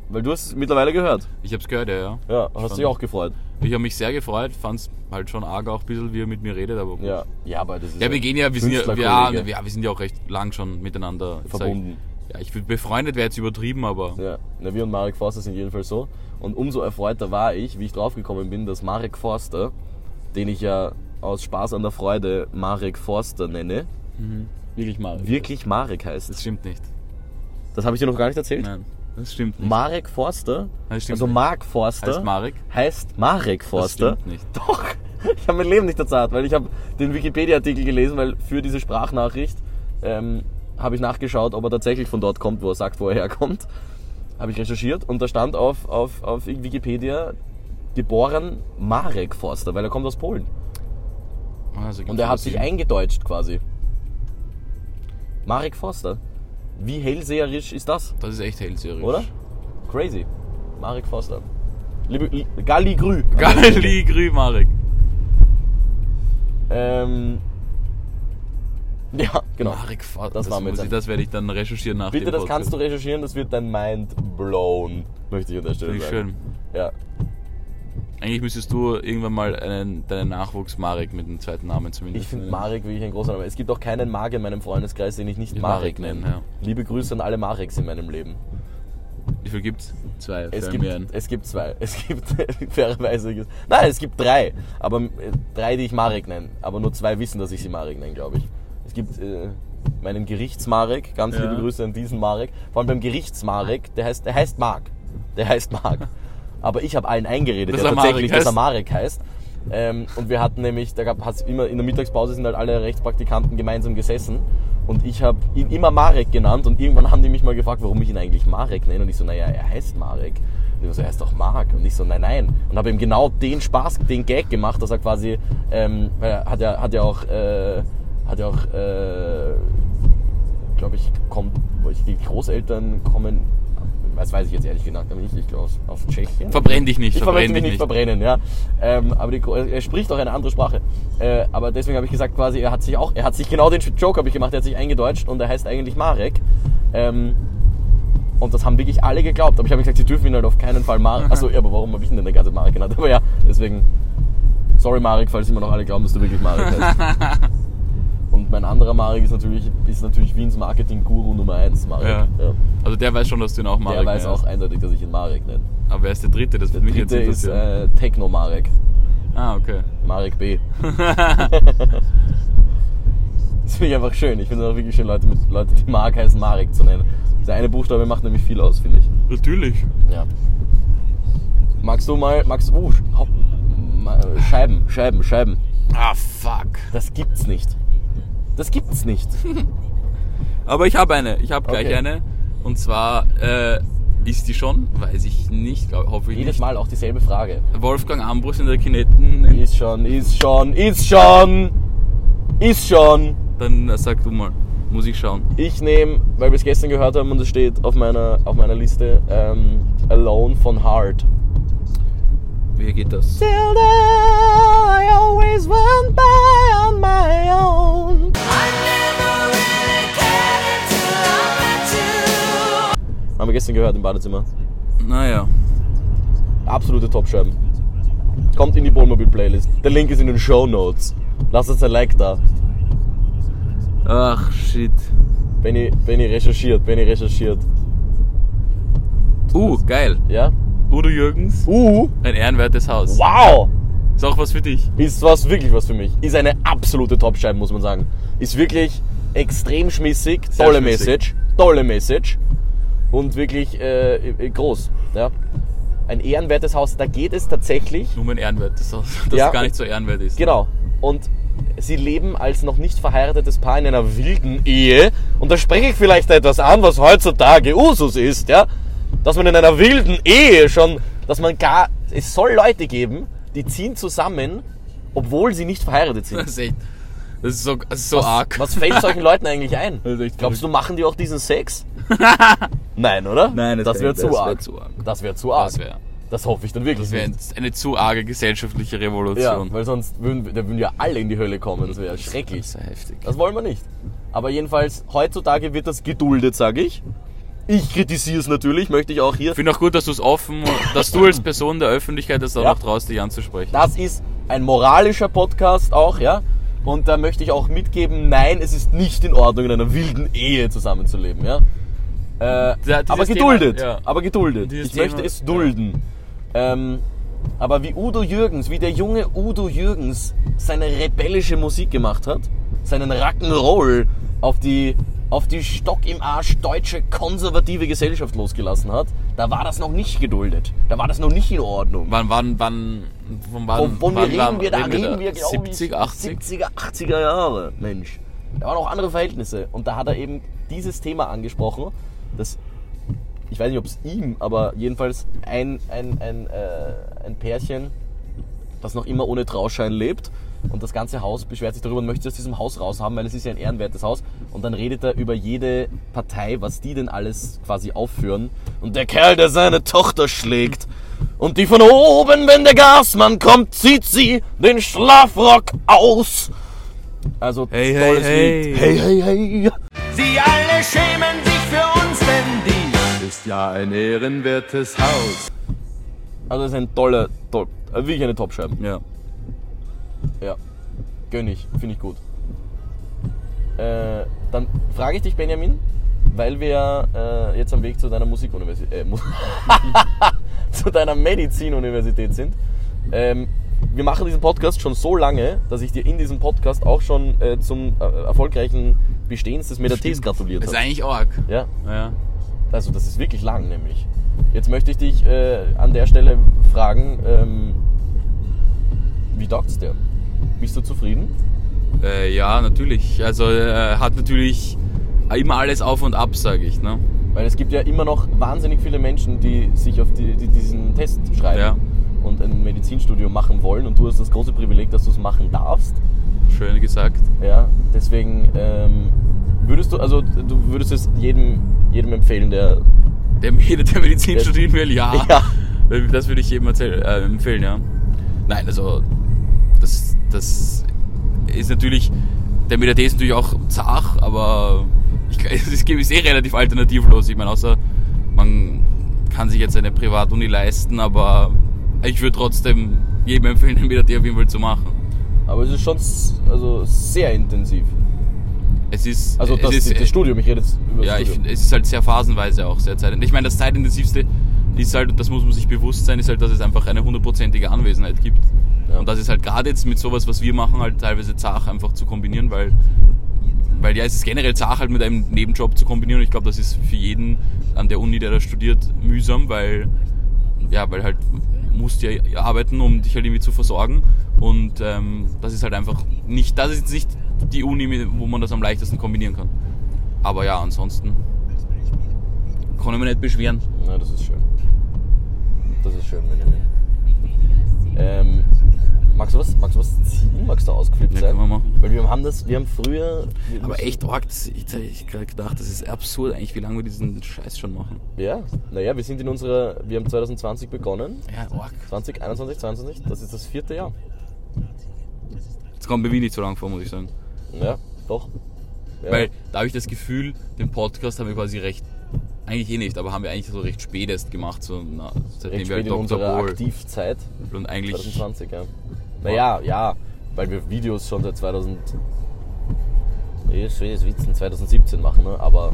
C: weil du hast es mittlerweile gehört.
D: Ich hab's gehört, ja, ja.
C: Ja, hast dich
D: Spannend.
C: auch gefreut.
D: Ich habe mich sehr gefreut, fand's halt schon arg auch ein bisschen, wie er mit mir redet, aber gut.
C: Ja, ja aber das ist.
D: Ja, wir gehen ja, wir sind ja, wir, ja,
C: Künstlerkollege.
D: wir sind ja auch recht lang schon miteinander sag ich-
C: Verbunden.
D: Ja, ich bin befreundet, wäre jetzt übertrieben, aber
C: Ja, na, wir und Marek Forster sind jedenfalls so. Und umso erfreuter war ich, wie ich draufgekommen bin, dass Marek Forster, den ich ja aus Spaß an der Freude Marek Forster nenne,
D: wirklich mal.
C: wirklich Marek heißt.
D: Das stimmt nicht.
C: Das habe ich dir noch gar nicht erzählt.
D: Nein, das stimmt nicht.
C: Marek Forster,
D: Das stimmt
C: also
D: nicht.
C: Mark Forster,
D: heißt Marek?
C: heißt Marek Forster.
D: stimmt nicht.
C: Doch, ich habe mein Leben nicht erzählt, weil ich habe den Wikipedia-Artikel gelesen, weil für diese Sprachnachricht ähm, habe ich nachgeschaut, ob er tatsächlich von dort kommt, wo er sagt, wo er herkommt. Habe ich recherchiert und da stand auf, auf, auf Wikipedia geboren Marek Forster, weil er kommt aus Polen.
D: Also,
C: Und er hat sich
D: das-
C: eingedeutscht quasi. Marek Forster. Wie hellseherisch ist das?
D: Das ist echt hellseriös.
C: Oder? Crazy. Marek Forster. Liebe, li, Galli Grü.
D: Galli Grü, Marek.
C: Ähm, ja, genau.
D: Marek, Fa-
C: Das
D: das,
C: war mir
D: muss
C: jetzt
D: ich, das werde ich dann recherchieren nach
C: Bitte,
D: dem
C: das kannst du recherchieren, das wird dein Mind blown. Möchte ich an der Stelle
D: Finde ich
C: sagen.
D: schön.
C: Ja.
D: Eigentlich müsstest du irgendwann mal einen, deinen Nachwuchs Marek mit dem zweiten Namen zumindest.
C: Ich finde
D: nennen.
C: Marek wirklich ein großer Name. Es gibt auch keinen Marek in meinem Freundeskreis, den ich nicht
D: Ich
C: Marek,
D: Marek nenne,
C: nenne. Liebe Grüße an alle Mareks in meinem Leben.
D: Wie viel gibt's? Zwei.
C: Es
D: fallen
C: gibt,
D: mir ein.
C: es gibt zwei. Es gibt fairerweise. gibt- Nein, es gibt drei. Aber äh, drei, die ich Marek nenne. Aber nur zwei wissen, dass ich sie Marek nenne, glaube ich. Es gibt äh, meinen Gerichtsmarek. Ganz
D: Ja.
C: liebe Grüße an diesen Marek. Vor allem beim Gerichtsmarek. Der heißt, der heißt Mark. Der heißt Mark. Aber ich habe allen eingeredet,
D: Dass
C: ja,
D: er Marek
C: tatsächlich, dass er
D: heißt.
C: Marek heißt. Ähm, und wir hatten nämlich, da gab es immer in der Mittagspause sind halt alle Rechtspraktikanten gemeinsam gesessen. Und ich habe ihn immer Marek genannt und irgendwann haben die mich mal gefragt, warum ich ihn eigentlich Marek nenne. Und ich so, naja, er heißt Marek. Und ich so, er heißt doch Mark. Und ich so, nein, nein. Und habe ihm genau den Spaß, den Gag gemacht, dass er quasi, ähm, weil er hat ja, hat ja auch, äh, hat ja auch, äh, glaube ich, kommt, wo ich- die Großeltern kommen, das weiß ich jetzt ehrlich gesagt, aber nicht, ich glaube aus, aus Tschechien.
D: Verbrenn dich nicht,
C: Ich verbrenn
D: verbrenn dich
C: mich
D: nicht.
C: nicht verbrennen, ja. Ähm, aber die, Gro- er spricht auch eine andere Sprache. Äh, aber deswegen habe ich gesagt, quasi, er hat sich auch, er hat sich genau den Joke habe ich gemacht, er hat sich eingedeutscht und er heißt eigentlich Marek. Ähm, und das haben wirklich alle geglaubt. Aber ich habe gesagt, sie dürfen ihn halt auf keinen Fall Marek. Achso, ja, aber warum habe ich ihn denn der ganze Marek genannt? Aber ja, deswegen. Sorry Marek, falls immer noch alle glauben, dass du wirklich Marek heißt. Und mein anderer Marek ist natürlich, ist natürlich Wiens Marketing-Guru Nummer 1, Marek.
D: Ja.
C: Ja.
D: Also der weiß schon, dass du ihn auch Marek
C: Der weiß auch
D: nennst.
C: eindeutig, dass ich ihn Marek nenne.
D: Aber wer ist der dritte? Das
C: Der
D: würde mich jetzt
C: dritte ist
D: interessieren.
C: äh, Techno-Marek.
D: ah, okay.
C: Marek B. das finde ich einfach schön. Ich finde es auch wirklich schön, Leute, mit, Leute, die Mark heißen, Marek zu nennen. Dieser eine Buchstabe macht nämlich viel aus, finde ich.
D: Natürlich.
C: Ja. Magst du mal, magst du, uh, Hau- Ma- Scheiben, Scheiben, Scheiben.
D: Ah, fuck.
C: Das gibt's nicht. Das gibt's nicht.
D: Aber ich habe eine. Ich habe gleich
C: Okay.
D: eine. Und zwar äh, ist die schon, weiß ich nicht, glaub, hoffe ich
C: Jedes
D: nicht.
C: Mal auch dieselbe Frage.
D: Wolfgang Ambrus in der Kinetten.
C: Ist schon, ist schon, ist schon, ist schon.
D: Dann äh, sag du mal. Muss ich schauen.
C: Ich nehme, weil wir es gestern gehört haben und es steht auf meiner, auf meiner Liste, ähm, Alone von Heart.
D: Wie geht das?
C: I always went by on my own. Haben wir gestern gehört im Badezimmer.
D: Naja.
C: Absolute Top-Scheiben. Kommt in die Wohnmobil-Playlist. Der Link ist in den Show Notes. Lasst uns ein Like da.
D: Ach, shit.
C: Benny, Benny recherchiert, Benny recherchiert.
D: Uh, geil.
C: Ja?
D: Udo Jürgens.
C: Uh,
D: Ein ehrenwertes Haus.
C: wow!
D: Ist auch was für dich.
C: ist was wirklich was für mich. Ist eine absolute Topscheibe, muss man sagen. Ist wirklich extrem schmissig,
D: Sehr
C: tolle
D: schmissig.
C: Message, tolle Message und wirklich äh, äh, groß. Ja. Ein ehrenwertes Haus, da geht es tatsächlich.
D: Nur um mein Ehrenwert. Das, das
C: Ja.
D: gar nicht so ehrenwert ist.
C: Genau. und sie leben als noch nicht verheiratetes Paar in einer wilden Ehe. Und da spreche ich vielleicht etwas an, was heutzutage Usus ist, ja? Dass man in einer wilden Ehe schon, dass man gar, es soll Leute geben, die ziehen zusammen, obwohl sie nicht verheiratet sind.
D: Das ist echt. Das ist so, das ist so arg.
C: Was fällt solchen Leuten eigentlich ein?
D: Das ist echt
C: Glaubst du, machen die auch diesen Sex? Nein, oder?
D: Nein, das
C: das wäre
D: wär-
C: zu,
D: das wär
C: arg.
D: zu arg.
C: Das wäre zu arg.
D: Das wäre
C: Das hoffe ich dann wirklich
D: das wär
C: nicht.
D: eine zu arge gesellschaftliche
C: Ja,
D: Revolution.
C: weil sonst würden, wir- da würden ja alle in die Hölle kommen. Das wäre schrecklich. Also-
D: Das ist ja heftig.
C: Das wollen wir nicht. Aber jedenfalls, heutzutage wird das geduldet, sage ich. Ich kritisiere es natürlich, möchte ich auch hier.
D: Ich finde auch gut, dass du es offen, dass du als Person der Öffentlichkeit das auch
C: Ja.
D: noch traust, dich anzusprechen.
C: Das ist ein moralischer Podcast auch, ja. Und da möchte ich auch mitgeben, nein, es ist nicht in Ordnung, in einer wilden Ehe zusammenzuleben, ja. Äh,
D: Ja, dieses
C: aber
D: Thema,
C: geduldet,
D: ja.
C: aber geduldet.
D: Dieses
C: Ich
D: Thema,
C: möchte es dulden. Ähm, aber wie Udo Jürgens, wie der junge Udo Jürgens seine rebellische Musik gemacht hat, seinen Rock'n'Roll auf die, auf die Stock im Arsch deutsche konservative Gesellschaft losgelassen hat, da war das noch nicht geduldet. Da war das noch nicht in Ordnung.
D: Wann, wann, wann, von wann,
C: Von, von
D: wann,
C: wir
D: wann
C: reden wir da, reden wir, glaub
D: 70,
C: ich,
D: 80?
C: 70er, 80er Jahre, Mensch. Da waren auch andere Verhältnisse. Und da hat er eben dieses Thema angesprochen, dass, ich weiß nicht, ob es ihm, aber jedenfalls ein, ein, ein, äh, ein Pärchen, das noch immer ohne Trauschein lebt. Und das ganze Haus beschwert sich darüber und möchte aus diesem Haus raus haben, weil es ist ja ein ehrenwertes Haus. Und dann redet er über jede Partei, was die denn alles quasi aufführen. Und der Kerl, der seine Tochter schlägt. Und die von oben, wenn der Gasmann kommt, zieht sie den Schlafrock aus. Also
D: Hey, hey,
C: tolles
D: hey.
C: Lied. Hey, hey, hey.
G: Sie alle schämen sich für uns, denn dies ist ja ein ehrenwertes Haus.
C: Also das ist ein toller, toll, äh, wirklich eine Topscheibe.
D: Ja.
C: Ja. Gönn ich. Finde ich gut. Äh, dann frage ich dich, Benjamin, weil wir äh, jetzt am Weg zu deiner Musikuniversität, äh, Mu- zu deiner Medizinuniversität sind. Ähm, wir machen diesen Podcast schon so lange, dass ich dir in diesem Podcast auch schon äh, zum äh, erfolgreichen Bestehens des Metates gratuliert
D: Das ist
C: habe.
D: eigentlich arg.
C: Ja,
D: Ja.
C: also das ist wirklich lang nämlich. Jetzt möchte ich dich äh, an der Stelle fragen, ähm, wie taugt's dir? Bist du zufrieden?
D: Äh, ja, natürlich. Also äh, hat natürlich immer alles auf und ab, sage ich. Ne?
C: Weil es gibt ja immer noch wahnsinnig viele Menschen, die sich auf die, die diesen Test schreiben
D: Ja.
C: und ein Medizinstudium machen wollen. Und du hast das große Privileg, dass du es machen darfst.
D: Schön gesagt.
C: Ja, deswegen ähm, würdest du, also du würdest es jedem, jedem empfehlen, der
D: Der, jeder, der Medizin
C: Der-
D: studieren will, ja.
C: Ja.
D: Das würde ich jedem erzähl, äh, empfehlen, ja. Nein, also das, das ist natürlich, der Mediathek ist natürlich auch zart, aber ich, glaub, es ist es ist eh relativ alternativlos. Ich meine, außer man kann sich jetzt eine Privatuni leisten, aber ich würde trotzdem jedem empfehlen, den Mediathek auf jeden Fall zu machen.
C: aber es ist schon s- also sehr intensiv.
D: Es ist,
C: Also das,
D: es ist, e-
C: das Studium, ich rede jetzt über
D: Ja,
C: das
D: ich,
C: Studium.
D: es ist halt sehr phasenweise auch sehr zeitintensiv. Ich meine, das zeitintensivste ist halt, und das muss man sich bewusst sein, ist halt, dass es einfach eine hundertprozentige Anwesenheit gibt. Und das ist halt gerade jetzt mit sowas, was wir machen, halt teilweise zart einfach zu kombinieren, weil, weil ja, es ist generell zart halt mit einem Nebenjob zu kombinieren. Und ich glaube, das ist für jeden an der Uni, der da studiert, mühsam, weil, ja, weil halt musst ja arbeiten, um dich halt irgendwie zu versorgen. Und ähm, das ist halt einfach nicht, das ist jetzt nicht die Uni, wo man das am leichtesten kombinieren kann. Aber ja, ansonsten kann ich mich nicht beschweren.
C: Na, das ist schön. Das ist schön, Benjamin. Ähm, magst du was? Magst du was ziehen? Magst du ausgeflippt
D: Ja,
C: sein?
D: können wir machen.
C: Weil wir haben das, wir haben früher. wir
D: Aber
C: müssen-
D: echt arg, das- ich habe gerade gedacht, das ist absurd eigentlich, wie lange wir diesen Scheiß schon machen.
C: Ja, naja, wir sind in unserer, wir haben 2020 begonnen.
D: Ja, arg.
C: 2021, 22, das ist das vierte Jahr.
D: Jetzt kommt mir wie nicht so lang vor, muss ich sagen.
C: Ja, doch. Ja.
D: Weil da habe ich das Gefühl, den Podcast haben wir quasi recht, eigentlich eh nicht, aber haben wir eigentlich so recht spät erst gemacht, so na, seitdem
C: recht
D: wir
C: spät
D: halt
C: in
D: Dr.
C: unserer
D: Bohl
C: Aktivzeit,
D: und eigentlich
C: 2020, ja. Naja, ja, weil wir Videos schon seit 2000, ist schweres Witzen, 2017 machen, ne? aber,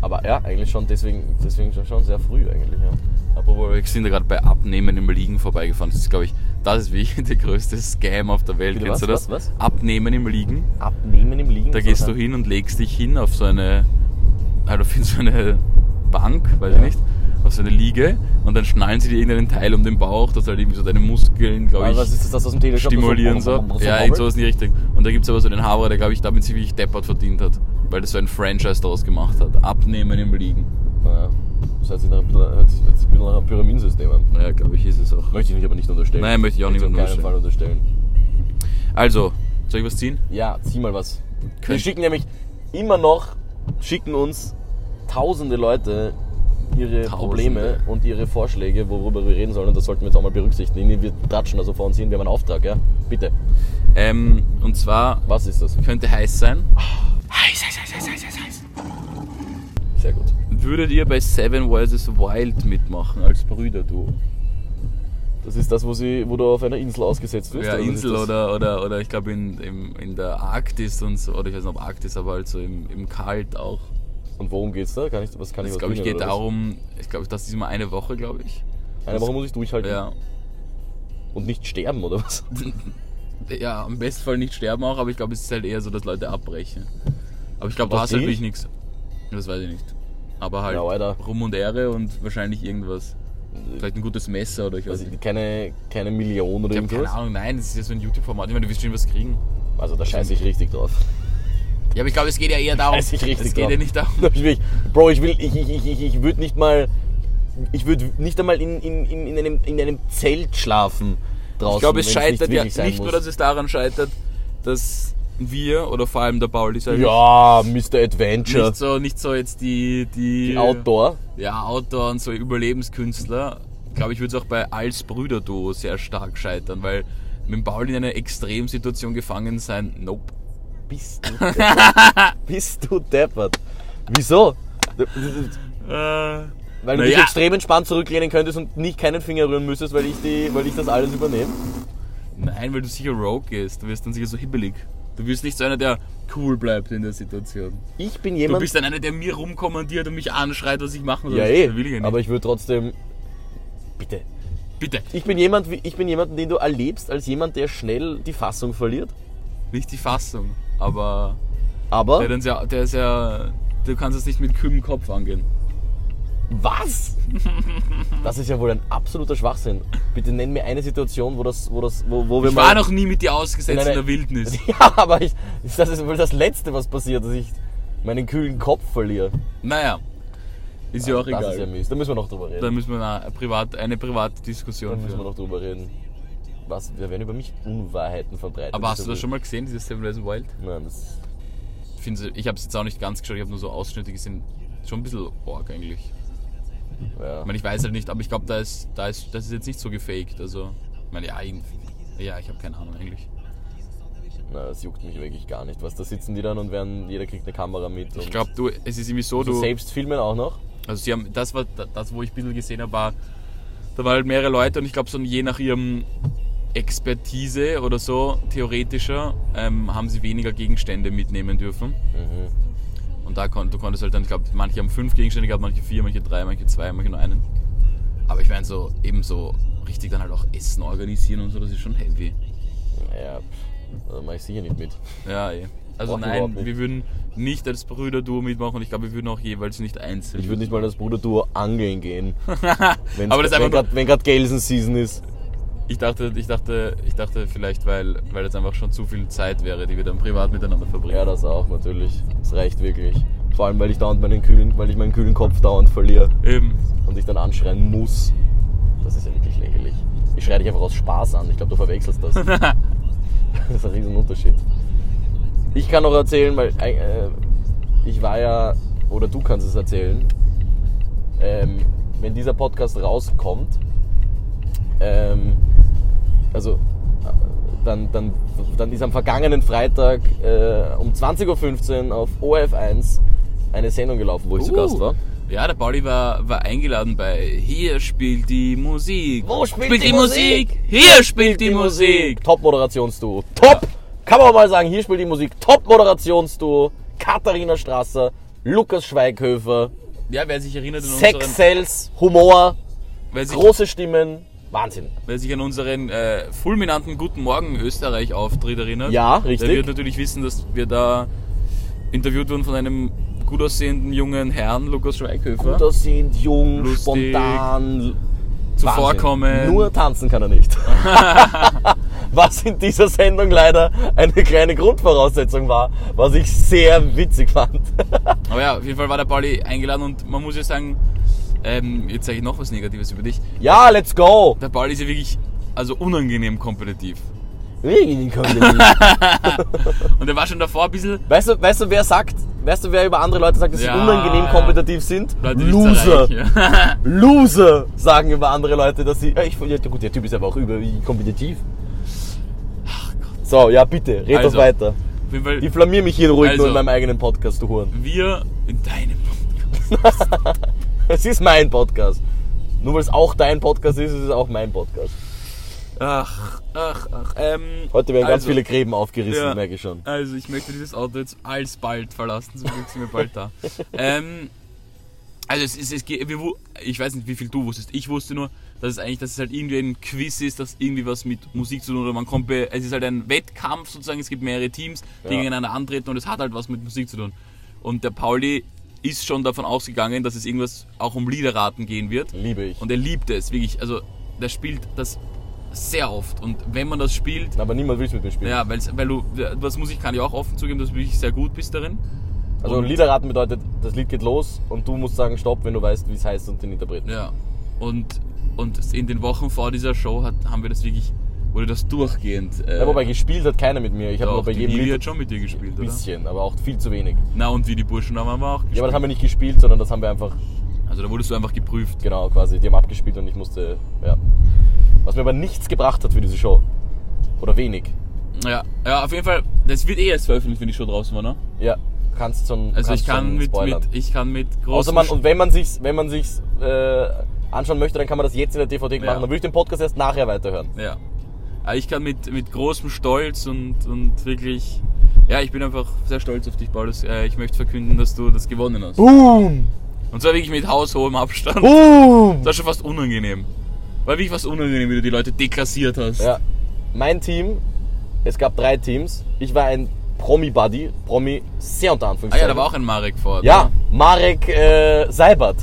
C: aber ja, eigentlich schon, deswegen, deswegen schon, schon sehr früh eigentlich, ja.
D: Apropos, wir sind ja gerade bei Abnehmen im Liegen vorbeigefahren. Das ist, glaube ich, das ist wirklich der größte Scam auf der Welt.
C: Bitte
D: Kennst
C: was,
D: du das?
C: was, was?
D: Abnehmen im Liegen.
C: Abnehmen im Liegen.
D: Da gehst du hin und legst dich hin auf so eine, halt auf so eine Bank, weiß ich nicht, auf so eine Liege und dann schnallen sie dir irgendeinen Teil um den Bauch, dass halt irgendwie so deine Muskeln, glaube
C: Aber was
D: ich,
C: ist das, das aus dem Teleshop?
D: stimulieren so. Ja,
C: ich
D: irgend sowas in die Richtung. Und da gibt es aber so den Haberer, der, glaube ich, damit ziemlich deppert verdient hat, weil das so ein Franchise daraus gemacht hat. Abnehmen im Liegen.
C: Naja, das hört sich, nach, ein bisschen- hört, sich, hört sich ein bisschen nach einem Pyramidensystem an.
D: Ja, glaube ich, ist es auch.
C: Möchte ich mich aber nicht unterstellen.
D: Nein, möchte ich auch
C: Möchte
D: niemandem
C: auf keinen Fall unterstellen.
D: Also, soll ich was ziehen?
C: Ja, zieh mal was. Wir
D: Könnt-
C: schicken nämlich immer noch, schicken uns tausende Leute ihre
D: Tausende.
C: Probleme und ihre Vorschläge, worüber wir reden sollen. Und das sollten wir jetzt auch mal berücksichtigen. Wir tratschen also vor uns hin. Wir haben einen Auftrag, ja? Bitte.
D: Ähm, und zwar
C: Was ist das?
D: könnte heiß sein.
C: Sehr gut.
D: Würdet ihr bei Seven vs. Wild mitmachen als Brüderduo?
C: Das ist das, wo, sie, wo du auf einer Insel ausgesetzt wirst?
D: Ja,
C: oder was
D: Insel
C: ist das?
D: oder, oder, oder ich glaube in, in, in der Arktis und so, oder ich weiß nicht ob Arktis, aber halt so im, im Kalt auch.
C: Und worum geht's da? Kann ich, was kann
D: Das
C: ich
D: glaube ich
C: was
D: geht
C: oder was?
D: darum, ich glaube, das ist immer eine Woche, glaube ich.
C: Eine Woche muss ich durchhalten
D: Ja.
C: und nicht sterben, oder was?
D: ja, im besten Fall nicht sterben auch, aber ich glaube, es ist halt eher so, dass Leute abbrechen. Aber ich glaube, du
C: Was
D: hast halt
C: die?
D: wirklich nichts. Das weiß ich nicht. Aber halt
C: Na, Alter.
D: Rum und Ehre und wahrscheinlich irgendwas. Vielleicht ein gutes Messer oder ich weiß
C: Also
D: nicht.
C: keine, keine Million oder
D: Ich habe keine
C: irgendwas.
D: Ahnung, nein, das ist ja so ein YouTube-Format. Ich meine, du wirst schon was kriegen.
C: Also da scheiße ich richtig drauf.
D: Ja, aber ich glaube, es geht ja eher darum.
C: Weiß ich richtig
D: es geht
C: drauf.
D: ja nicht darum.
C: Ich will, Bro, ich will, ich, ich, ich, ich, ich würde nicht mal, ich würde nicht einmal in, in, in, in, einem, in einem Zelt schlafen draußen.
D: Ich glaube, es
C: wenn's
D: scheitert
C: wirklich
D: ja
C: sein
D: nicht nur, dass
C: muss.
D: es daran scheitert, dass wir oder vor allem der Pauli sag ich,
C: Ja, Mr. Adventure.
D: nicht so, nicht so jetzt die, die,
C: Die Outdoor.
D: Ja, Outdoor und so Überlebenskünstler. Glaube ich, würde es auch bei als Brüder-Duo sehr stark scheitern, weil mit dem Pauli in einer Extremsituation gefangen sein, nope.
C: Bist du deppert? Bist du deppert? Wieso? Äh. Weil du
D: Na
C: dich
D: ja.
C: extrem entspannt zurücklehnen könntest und nicht keinen Finger rühren müsstest, weil ich, die, weil ich das alles übernehme.
D: Nein, weil du sicher Rogue gehst. Du wirst dann sicher so hibbelig. Du wirst nicht so einer, der cool bleibt in der Situation.
C: Ich bin
D: Du
C: jemand.
D: bist dann einer, der mir rumkommandiert und mich anschreit, was ich machen soll.
C: ja,
D: Das
C: eh.
D: Will ich ja nicht.
C: Aber ich würde trotzdem. Bitte.
D: Bitte,
C: Ich bin jemand, wie- ich bin jemanden, den du erlebst, als jemand, der schnell die Fassung verliert.
D: nicht die Fassung. Aber
C: Aber.
D: der, dann sehr, der ist ja. Du kannst es nicht mit kühlem Kopf angehen.
C: Was? Das ist ja wohl ein absoluter Schwachsinn. Bitte nenn mir eine Situation, wo das, wo das, wo, wo wir
D: Ich
C: mal.
D: war noch nie mit dir ausgesetzt
C: Nein, nein,
D: in der Wildnis.
C: ja, aber ich, das ist wohl das Letzte, was passiert, dass ich meinen kühlen Kopf verliere.
D: Naja, ist ja auch
C: Ah, das ist ja
D: egal.
C: mies. Da müssen wir noch drüber
D: Da
C: reden.
D: müssen wir eine private, eine private
C: Da
D: Diskussion
C: müssen wir
D: führen.
C: noch drüber reden. Was? Wir werden über mich Unwahrheiten verbreitet.
D: Aber hast du das
C: ist ja
D: schon mal gesehen, dieses Seven Reasons Wild?
C: wohl- Nein, das.
D: Ich, find's- ich habe es jetzt auch nicht ganz geschaut, ich habe nur so Ausschnitte gesehen. Schon ein bisschen arg eigentlich.
C: Ja.
D: Ich meine, ich weiß halt nicht, aber ich glaube, da ist, da ist, das ist jetzt nicht so gefaked. Also, ich meine, ja, irgendwie. Ja, ich habe keine Ahnung eigentlich.
C: Na, das juckt mich wirklich gar nicht. Was, da sitzen die dann und werden, jeder kriegt eine Kamera mit.
D: Ich glaube, du, es ist irgendwie so,
C: du
D: du.
C: selbst filmen auch noch.
D: Also sie haben, das war das, wo ich ein bisschen gesehen habe, war, da waren halt mehrere Leute und ich glaube, so je nach ihrem Expertise oder so, theoretischer, ähm, haben sie weniger Gegenstände mitnehmen dürfen. Und da kon du konntest halt dann, ich glaube, manche haben fünf Gegenstände gehabt, manche vier, manche drei, manche zwei, manche nur einen. Aber ich meine, so eben so richtig dann halt auch Essen organisieren und so, das ist schon heavy.
C: Ja, pff, da mache ich sicher nicht mit.
D: Ja, eh. Also
C: Brauch ich überhaupt
D: nein,
C: nicht.
D: wir würden nicht als Brüder-Duo mitmachen und ich glaube, wir würden auch jeweils nicht einzeln.
C: Ich würde nicht mal das Bruderduo angeln gehen. Wenn's,
D: Aber das ist
C: wenn
D: einfach nur-
C: grad- wenn gerade Gelsen-Season ist.
D: Ich dachte, ich dachte, ich dachte vielleicht, weil, weil das einfach schon zu viel Zeit wäre, die wir dann privat miteinander verbringen.
C: Ja, das auch natürlich. Das reicht wirklich. Vor allem, weil ich dauernd meinen kühlen, weil ich meinen kühlen Kopf dauernd verliere
D: Eben.
C: und ich dann anschreien muss. Das ist ja wirklich lächerlich. Ich schreie dich einfach aus Spaß an. Ich glaube, du verwechselst das. das ist ein Riesenunterschied. Ich kann noch erzählen, weil äh, ich war ja, oder du kannst es erzählen, ähm, wenn dieser Podcast rauskommt, ähm, also äh, dann, dann, dann ist am vergangenen Freitag äh, um 20.15 Uhr auf ORF1 eine Sendung gelaufen, wo ich zu Gast war.
D: Ja, der Pauli war, war eingeladen bei Hier spielt die Musik.
C: Wo spielt die Musik?
D: Hier spielt die Musik.
C: Top-Moderationsduo. Top! Kann man mal sagen, hier spielt die Musik. Top-Moderationsduo. Katharina Strasser, Lukas Schweighöfer,
D: Ja, wer sich erinnert an
C: Sex
D: unseren,
C: Sales, Humor,
D: wer sich,
C: große Stimmen. Wahnsinn.
D: wer sich an unseren äh, fulminanten Guten Morgen Österreich Auftritt erinnert,
C: Ja,
D: der wird
C: richtig.
D: natürlich wissen, dass wir da interviewt wurden von einem gut aussehenden jungen Herrn, Lukas Schweighöfer.
C: Gut aussehend, jung,
D: Lustig.
C: spontan,
D: zuvorkommen.
C: Nur tanzen kann er nicht. was in dieser Sendung leider eine kleine Grundvoraussetzung war, was ich sehr witzig fand.
D: Aber ja, auf jeden Fall war der Pauli eingeladen und man muss ja sagen, ähm, jetzt sage ich noch was Negatives über dich.
C: ja, let's go!
D: Der Pauli ist ja wirklich also unangenehm kompetitiv.
C: weißt,
D: Und er war schon davor ein bisschen
C: du, weißt du, wer sagt, weißt du, wer über andere Leute sagt, dass
D: Ja,
C: sie unangenehm
D: ja.
C: kompetitiv sind?
D: Leute, die nichts
C: Loser!
D: erreichen.
C: Loser! Sagen über andere Leute, dass sie. Ja, ich, ja, gut, der Typ ist aber auch über kompetitiv. So, ja, bitte, red
D: Also.
C: das weiter.
D: Auf jeden Fall,
C: Ich blamier mich hier ruhig
D: Also.
C: nur in meinem eigenen Podcast, du Huren.
D: wir in deinem
C: Es ist mein Podcast. Nur weil es auch dein Podcast ist, ist es auch mein Podcast.
D: Ach, ach, ach. Ähm,
C: Heute werden ganz
D: also,
C: viele Gräben aufgerissen,
D: Ja.
C: merke ich schon.
D: Also, ich möchte dieses Auto jetzt alsbald verlassen. Zum Glück sind wir bald da. ähm, also, es ist, es geht, wir, wu- ich weiß nicht, wie viel du wusstest. Ich wusste nur, dass es eigentlich, dass es halt irgendwie ein Quiz ist, das irgendwie was mit Musik zu tun oder man kommt, be- es ist halt ein Wettkampf sozusagen. Es gibt mehrere Teams, die gegeneinander antreten und es hat halt was mit Musik zu tun. Und der Pauli ist schon davon ausgegangen, dass es irgendwas auch um Liederraten gehen wird.
C: Liebe ich.
D: Und er liebt es, wirklich. Also, der spielt das sehr oft. Und wenn man das spielt,
C: Aber niemand will es mit mir spielen.
D: ja, weil's, weil du, was muss ich, kann ich auch offen zugeben, dass du wirklich sehr gut bist darin.
C: Also
D: und-
C: Liederraten bedeutet, das Lied geht los und du musst sagen Stopp, wenn du weißt, wie es heißt und den Interpreten.
D: Ja. Und, und in den Wochen vor dieser Show hat, haben wir das wirklich, wurde das durchgehend. Äh,
C: Ja, wobei gespielt hat keiner mit mir. Ich habe
D: doch,
C: nur bei
D: die
C: jedem
D: Bibi
C: Lied
D: hat schon mit dir gespielt,
C: ein
D: oder?
C: bisschen, aber auch viel zu wenig.
D: Na, und wie die Burschen haben wir
C: Ja,
D: auch gespielt.
C: aber das haben wir nicht gespielt, sondern das haben wir einfach,
D: also da wurdest du einfach geprüft.
C: genau, quasi, die haben abgespielt und ich musste, ja. Was mir aber nichts gebracht hat für diese Show. Oder wenig.
D: Ja, ja, auf jeden Fall, das wird eh erst veröffentlicht, wenn die Show draußen war, ne?
C: Ja, kannst schon
D: Also
C: kannst
D: ich kann
C: schon
D: mit,
C: spoilern.
D: mit, ich kann mit
C: Außer
D: großen...
C: man, und wenn man sich's, wenn man sich's äh, anschauen möchte, dann kann man das jetzt in der DVD machen.
D: Ja.
C: Dann würde ich den Podcast erst nachher weiterhören.
D: Ja. Aber ich kann mit, mit großem Stolz und, und wirklich. Ja, ich bin einfach sehr stolz auf dich, Paulus. Äh, Ich möchte verkünden, dass du das gewonnen hast. Boom! Und zwar wirklich mit haushohem Abstand. Boom! Das war schon fast unangenehm. War wirklich fast unangenehm, wie du die Leute deklassiert hast.
C: Ja. Mein Team, es gab drei Teams. Ich war ein Promi-Buddy, Promi sehr unter
D: Ah ja,
C: Anführungszeichen.
D: da war auch ein Marek vor.
C: Ja, Marek äh, Seibert,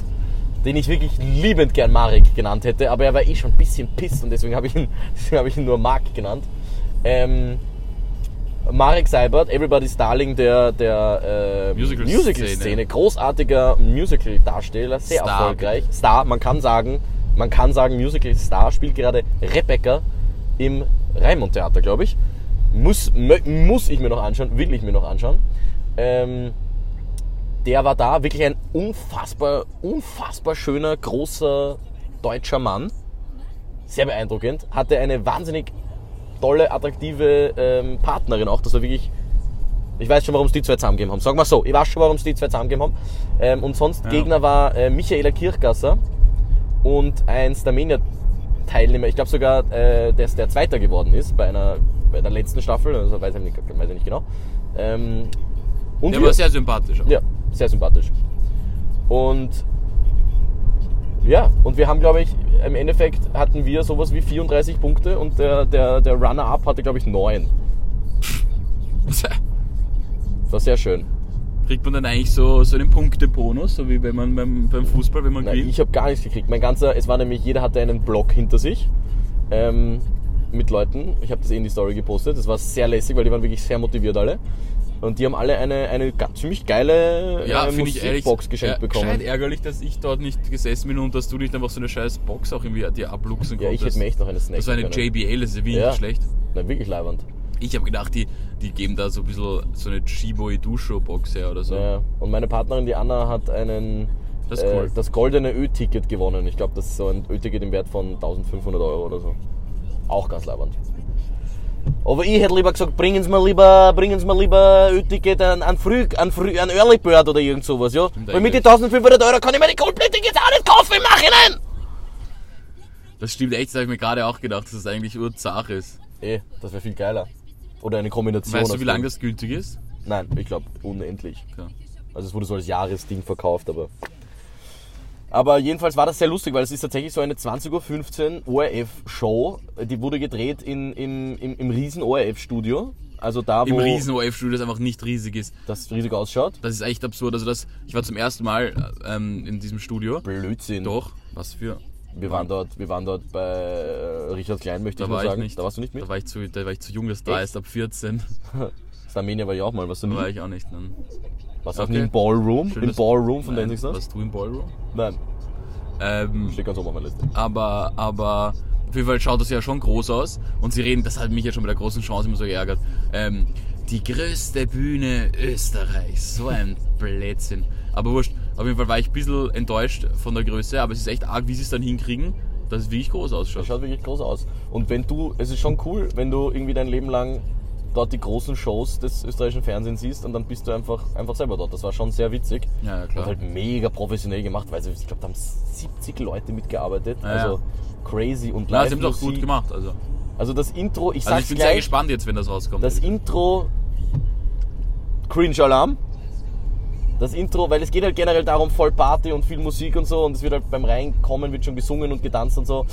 C: den ich wirklich liebend gern Marek genannt hätte, aber er war eh schon ein bisschen pisst und deswegen habe ich, ihn- deswegen hab ich ihn nur Mark genannt. Ähm, Marek Seibert, Everybody's Darling der, der äh,
D: Musical-Szene.
C: Musical-Szene, großartiger Musical-Darsteller, sehr
D: Star.
C: erfolgreich. Star, man kann sagen, man kann sagen, Musical-Star spielt gerade Rebecca im Raimund-Theater, glaube ich. Muss, mö- muss ich mir noch anschauen, will ich mir noch anschauen. Ähm, der war da, wirklich ein unfassbar, unfassbar schöner, großer deutscher Mann. Sehr beeindruckend. Hatte eine wahnsinnig tolle, attraktive ähm, Partnerin auch. Das war wirklich. Ich weiß schon, warum es die zwei zusammengegeben haben. Sag mal so, ich weiß schon, warum es die zwei zusammengegeben haben. Ähm, und sonst Gegner war äh, Michaela Kirchgasser und ein Starmania-Teilnehmer. Ich glaube sogar, äh, der, der Zweiter geworden ist bei einer bei der letzten Staffel. Also weiß ich nicht, weiß ich nicht genau. Ähm, und
D: Der
C: wir-
D: war sehr sympathisch. auch.
C: ja, sehr sympathisch. Und ja, und wir haben, glaube ich, im Endeffekt hatten wir sowas wie 34 Punkte und der, der, der Runner-Up hatte, glaube ich, 9. Das war sehr schön.
D: Kriegt man dann eigentlich so, so einen Punktebonus, so wie wenn man beim, beim Fußball, wenn man
C: Nein,
D: gewinnt?
C: ich habe gar nichts gekriegt. Mein ganzer, es war nämlich, jeder hatte einen Blog hinter sich ähm, mit Leuten. Ich habe das eh in die Story gepostet. Das war sehr lässig, weil die waren wirklich sehr motiviert alle. Und die haben alle eine, eine ga- ziemlich geile
D: Ja,
C: äh,
D: finde ich ehrlich.
C: Musikbox geschenkt
D: ja,
C: bekommen.
D: Gescheit ärgerlich, dass ich dort nicht gesessen bin und dass du nicht einfach so eine scheiß Box auch irgendwie dir abluchsen konntest.
C: Ja, ich hätte mir echt noch eine Snack
D: Das war eine
C: können.
D: JBL, das ist ja wirklich
C: Ja.
D: nicht schlecht.
C: Na, wirklich leibend.
D: Ich habe gedacht, die, die geben da so ein bisschen so eine Chiboy Dusho Box her oder so.
C: Ja, Äh, und meine Partnerin, die Anna, hat einen,
D: Das ist
C: äh,
D: cool.
C: das goldene Ö-Ticket gewonnen. Ich glaube, das ist so ein Ö-Ticket im Wert von 1500 Euro oder so. Auch ganz labernd. Aber ich hätte lieber gesagt, bringen Sie mir lieber, bringen Sie mir lieber Ö-Ticket an, an früh, an früh, an Early Bird oder irgend sowas, ja? Weil mit den 1500 Euro kann ich mir die Coldplay-Tickets auch nicht kaufen im Nachhinein!
D: Das stimmt echt, das habe ich mir gerade auch gedacht, dass es das eigentlich urzach ist.
C: Eh, das wäre viel geiler. Oder eine Kombination.
D: Weißt du,
C: aus
D: wie lange
C: dem.
D: das gültig ist?
C: Nein, ich glaube, unendlich.
D: Klar.
C: Also es wurde so als Jahresding verkauft, aber... Aber jedenfalls war das sehr lustig, weil es ist tatsächlich so eine 20.15 Uhr ORF-Show. Die wurde gedreht in, im, im, im riesen ORF-Studio. Also da,
D: Im
C: wo
D: riesen OF-Studio, das einfach nicht riesig ist.
C: das riesig ausschaut.
D: Das ist echt absurd. Also das, ich war zum ersten Mal ähm, in diesem Studio.
C: Blödsinn.
D: Doch, was für.
C: Wir waren dort, wir waren dort bei äh, Richard Klein, möchte
D: Da
C: ich nur
D: war
C: sagen.
D: ich nicht.
C: Da warst du nicht mit?
D: Da war ich zu, da war ich zu jung, das da
C: Echt?
D: ist ab 14.
C: In Armenien war ich auch mal. Warst du
D: Da war
C: nicht?
D: ich auch nicht. Nein.
C: Warst du auch
D: Okay.
C: nie im Ballroom?
D: Schön,
C: Im
D: dass-
C: Ballroom von
D: Nein.
C: Dancing Stars?
D: Warst du im Ballroom?
C: Nein,
D: Ähm,
C: steht ganz oben auf meiner Liste.
D: aber, aber auf jeden Fall schaut das ja schon groß aus. Und sie reden, das hat mich ja schon bei der großen Chance immer so geärgert. Ähm, die größte Bühne Österreichs. So ein Blödsinn. Aber wurscht, auf jeden Fall war ich ein bisschen enttäuscht von der Größe, aber es ist echt arg, wie sie es dann hinkriegen, dass es wirklich groß
C: Das
D: ausschaut.
C: schaut wirklich groß aus. Und wenn du, es ist schon cool, wenn du irgendwie dein Leben lang dort die großen Shows des österreichischen Fernsehens siehst und dann bist du einfach, einfach selber dort. Das war schon sehr witzig.
D: Ja, ja, klar.
C: Und halt mega professionell gemacht, weil sie- ich glaube, da haben 70 Leute mitgearbeitet.
D: Ja,
C: also crazy und
D: Na,
C: live.
D: sie haben es auch gut
C: Musik.
D: gemacht. Also,
C: Also das Intro, ich
D: also
C: sag's
D: ich bin sehr
C: gleich,
D: gespannt jetzt, wenn das rauskommt.
C: das Intro Cringe Alarm. Das Intro, weil es geht halt generell darum, voll Party und viel Musik und so und es wird halt beim Reinkommen wird schon gesungen und getanzt und so.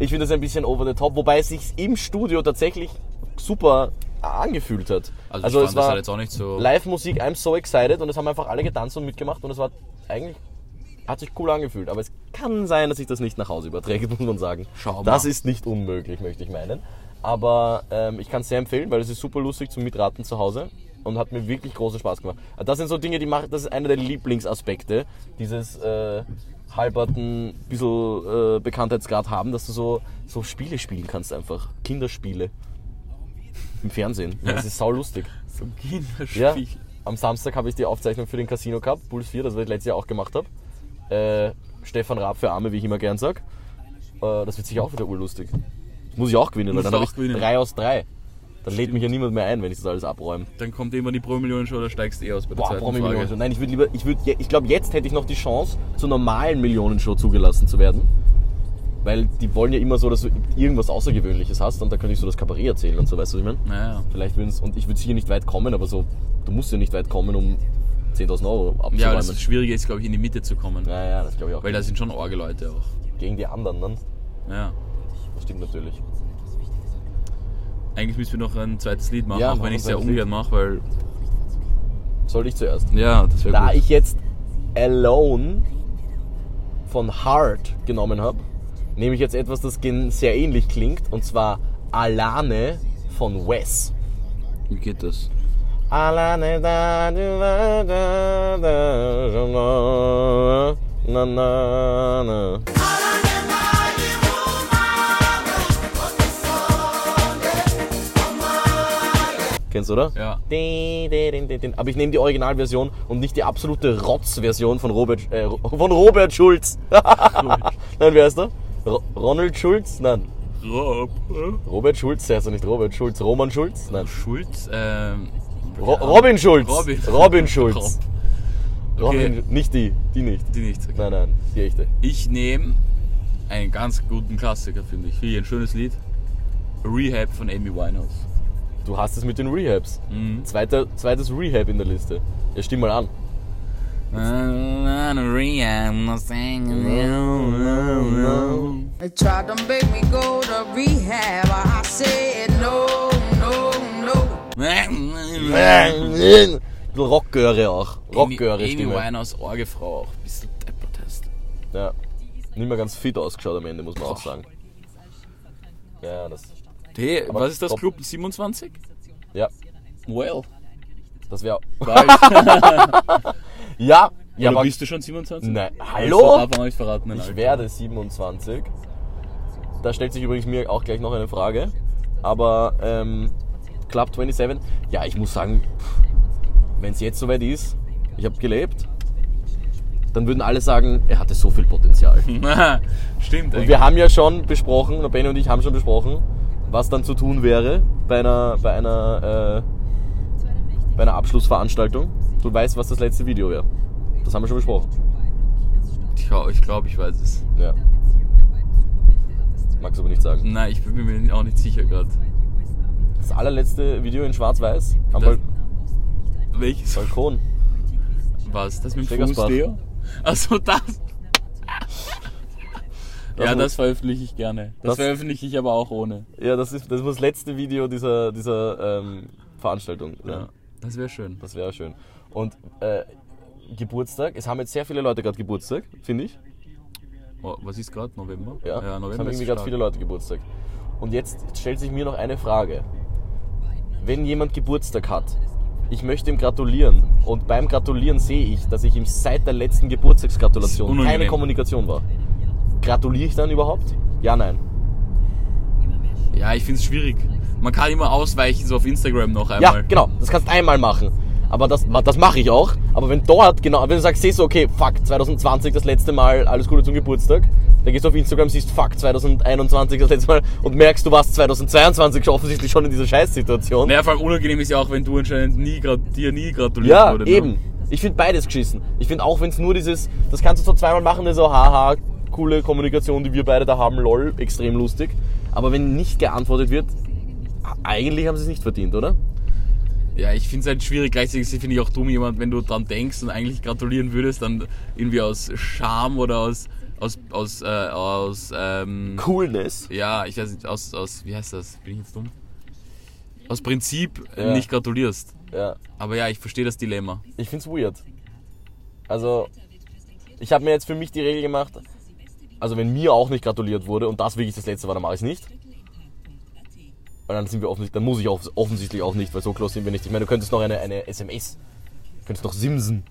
C: Ich finde das ein bisschen over the top, wobei es sich im Studio tatsächlich super angefühlt hat.
D: also, ich fand das halt jetzt auch nicht so.
C: Live-Musik, I'm so excited und es haben einfach alle getanzt und mitgemacht und es war eigentlich, hat sich cool angefühlt. Aber es kann sein, dass sich das nicht nach Hause überträgt, muss man sagen.
D: Schau mal.
C: Das ist nicht unmöglich, möchte ich meinen. Aber ähm, ich kann es sehr empfehlen, weil es ist super lustig zum Mitraten zu Hause und hat mir wirklich großen Spaß gemacht. Ah, Das sind so Dinge, die machen, das ist einer der Lieblingsaspekte, dieses äh, halberten bisschen äh, Bekanntheitsgrad haben, dass du so, so Spiele spielen kannst einfach. Kinderspiele. Im Fernsehen. Das ist sau lustig.
D: So Kinderspiel.
C: Ja. Am Samstag habe ich die Aufzeichnung für den Casino Cup, Puls 4, das was ich letztes Jahr auch gemacht habe. Äh, Stefan Raab für Arme, wie ich immer gern sag. Äh, das wird sicher auch wieder urlustig. Das muss ich auch gewinnen, weil
D: Musst
C: dann
D: du
C: habe
D: auch
C: ich
D: gewinnen.
C: 3 aus 3. Dann lädt mich ja niemand mehr ein, wenn ich das alles abräume.
D: Dann kommt irgendwann die Pro-Millionen-Show, oder steigst eh aus bei der
C: Boah,
D: zweiten
C: Promi
D: Frage.
C: Millionen Show. Nein, ich würde lieber, ich würde, je- ich glaube, jetzt hätte ich noch die Chance, zur normalen Millionenshow zugelassen zu werden. Weil die wollen ja immer so, dass du irgendwas Außergewöhnliches hast und da könnte ich so das Kabarett erzählen und so, weißt du, was ich meine?
D: Naja.
C: Vielleicht würden's, und ich würde sicher nicht weit kommen, aber so, du musst ja nicht weit kommen, um 10.000 Euro abzuräumen.
D: Ja, aber das Schwierige ist, glaube ich, in die Mitte zu kommen.
C: ja, ja, das glaube ich auch.
D: Weil da sind schon Orgel-Leute auch.
C: Gegen die anderen dann.
D: Ja.
C: Das stimmt natürlich.
D: Eigentlich müssen wir noch ein zweites Lied machen,
C: Ja,
D: auch
C: machen
D: wenn ich es
C: wir ein zweites
D: sehr
C: Lied.
D: ungern mache, weil.
C: Soll ich zuerst?
D: Ja, das wäre
C: Da
D: gut.
C: ich jetzt Alone von Heart genommen habe, nehme ich jetzt etwas, das gen- sehr ähnlich klingt, und zwar Alane von Wes.
D: Wie geht das?
C: Alane ne da du wa da da schon na na na na. Kennst du, oder?
D: Ja.
C: Di, di, din, din, din. Aber ich nehme die Originalversion und nicht die absolute Rotz-Version von Robert, äh, von Robert Schulz. Nein, wer ist der? Ro Ronald Schulz? Nein.
D: Rob.
C: Robert Schulz, der heißt doch nicht Robert Schulz. Roman Schulz? Nein.
D: Schulz, ähm.
C: Ro Robin Schulz.
D: Robin.
C: Schulz. Robin,
D: Okay.
C: nicht die, die nicht.
D: Die nicht. Okay.
C: Nein, nein, die echte.
D: Ich nehme einen ganz guten Klassiker, finde ich. Finde ich ein schönes Lied. Rehab von Amy Winehouse.
C: Du hast es mit den Rehabs.
D: Mhm.
C: Zweiter, zweites Rehab in der Liste. Ja, stimm mal an.
D: Rehab, I'm singing.
H: They tried to make me go to rehab. I said no, no, no.
C: Bisschen Rockgöre auch. Rockgöre
D: Amy, Amy
C: Stimme.
D: Winehouse, Orgefrau auch. Bisschen Deppeltest.
C: Ja. Nicht mehr ganz fit ausgeschaut am Ende, muss man auch sagen. Ja, das,
D: Hey,
C: Aber
D: was ist das?
C: stopp.
D: Club 27?
C: ja,
D: Well.
C: das wäre.
D: Bald.
C: Ja, ja,
D: ja, aber
C: aber
D: bist du schon 27?
C: Nein.
D: Das
C: Hallo?
D: darf man nicht verraten. Nein,
C: Ich werde 27. Da stellt sich übrigens mir auch gleich noch eine Frage. Aber ähm, Club 27, ja, ich muss sagen, wenn es jetzt soweit ist, ich habe gelebt, dann würden alle sagen, er hatte so viel Potenzial.
D: Stimmt.
C: Und wir haben ja schon besprochen, oder Benny und ich haben schon besprochen, was dann zu tun wäre bei einer, bei einer, äh, bei einer Abschlussveranstaltung. Du weißt, was das letzte Video wäre. Das haben wir schon besprochen.
D: ich glaube, ich, glaub, ich weiß es.
C: Ja. Magst du aber nicht sagen.
D: Nein, ich bin mir auch nicht sicher gerade.
C: Das allerletzte Video in Schwarz-Weiß am
D: Das-
C: Bal
D: Welches?
C: Balkon.
D: Was? Das mit dem
C: Stegersbach.
D: Fußdeo? Achso, das. Ja, das veröffentliche ich gerne. Das,
C: Das-
D: veröffentliche ich aber auch ohne.
C: Ja, das ist das, muss das letzte Video dieser, dieser ähm, Veranstaltung. sein.
D: Das wäre schön.
C: Das wäre schön. Und äh, Geburtstag, es haben jetzt sehr viele Leute gerade Geburtstag, finde ich.
D: Oh, was ist gerade? November?
C: Ja, es
D: November
C: haben
D: ist
C: irgendwie gerade
D: stark.
C: viele Leute Geburtstag. Und jetzt stellt sich mir noch eine Frage. Wenn jemand Geburtstag hat, ich möchte ihm gratulieren und beim Gratulieren sehe ich, dass ich ihm seit der letzten
D: Das ist
C: Geburtstagsgratulation
D: unangenehm.
C: keine Kommunikation war. Gratuliere ich dann überhaupt? Ja, nein.
D: Ja, ich finde es schwierig. Man kann immer ausweichen, so auf Instagram noch
C: Ja,
D: einmal.
C: genau, das kannst du einmal machen. Aber das, das mache ich auch. Aber wenn dort, genau, wenn du sagst, siehst du, okay, fuck, 2020 das letzte Mal, alles Gute zum Geburtstag, dann gehst du auf Instagram, siehst, fuck, 2021 das letzte Mal und merkst, du warst 2022 schon offensichtlich schon in dieser Scheißsituation.
D: Naja, vor allem unangenehm ist ja auch, wenn du anscheinend nie, grat- dir nie gratuliert
C: ja,
D: wurde. ne?
C: eben. Ich finde beides geschissen. Ich finde auch, wenn es nur dieses, das kannst du so zweimal machen, das ist so, haha, coole Kommunikation, die wir beide da haben, lol, extrem lustig. Aber wenn nicht geantwortet wird, eigentlich haben sie es nicht verdient, oder?
D: Ja, ich finde es halt schwierig. Gleichzeitig finde ich auch dumm, jemand, wenn du dran denkst und eigentlich gratulieren würdest, dann irgendwie aus Scham oder aus. aus. aus. Äh, aus ähm,
C: Coolness.
D: ja, ich weiß nicht, aus, aus. wie heißt das? Bin ich jetzt dumm? Aus Prinzip äh,
C: Ja.
D: nicht gratulierst.
C: Ja.
D: Aber ja, ich verstehe das Dilemma.
C: Ich find's weird. Also, ich habe mir jetzt für mich die Regel gemacht, also wenn mir auch nicht gratuliert wurde und das wirklich das letzte war, dann mache ich es nicht. Weil dann sind wir offensichtlich, dann muss ich auch, offensichtlich auch nicht, weil so close sind wir nicht. Ich meine, du könntest noch eine, eine SMS, du könntest noch simsen.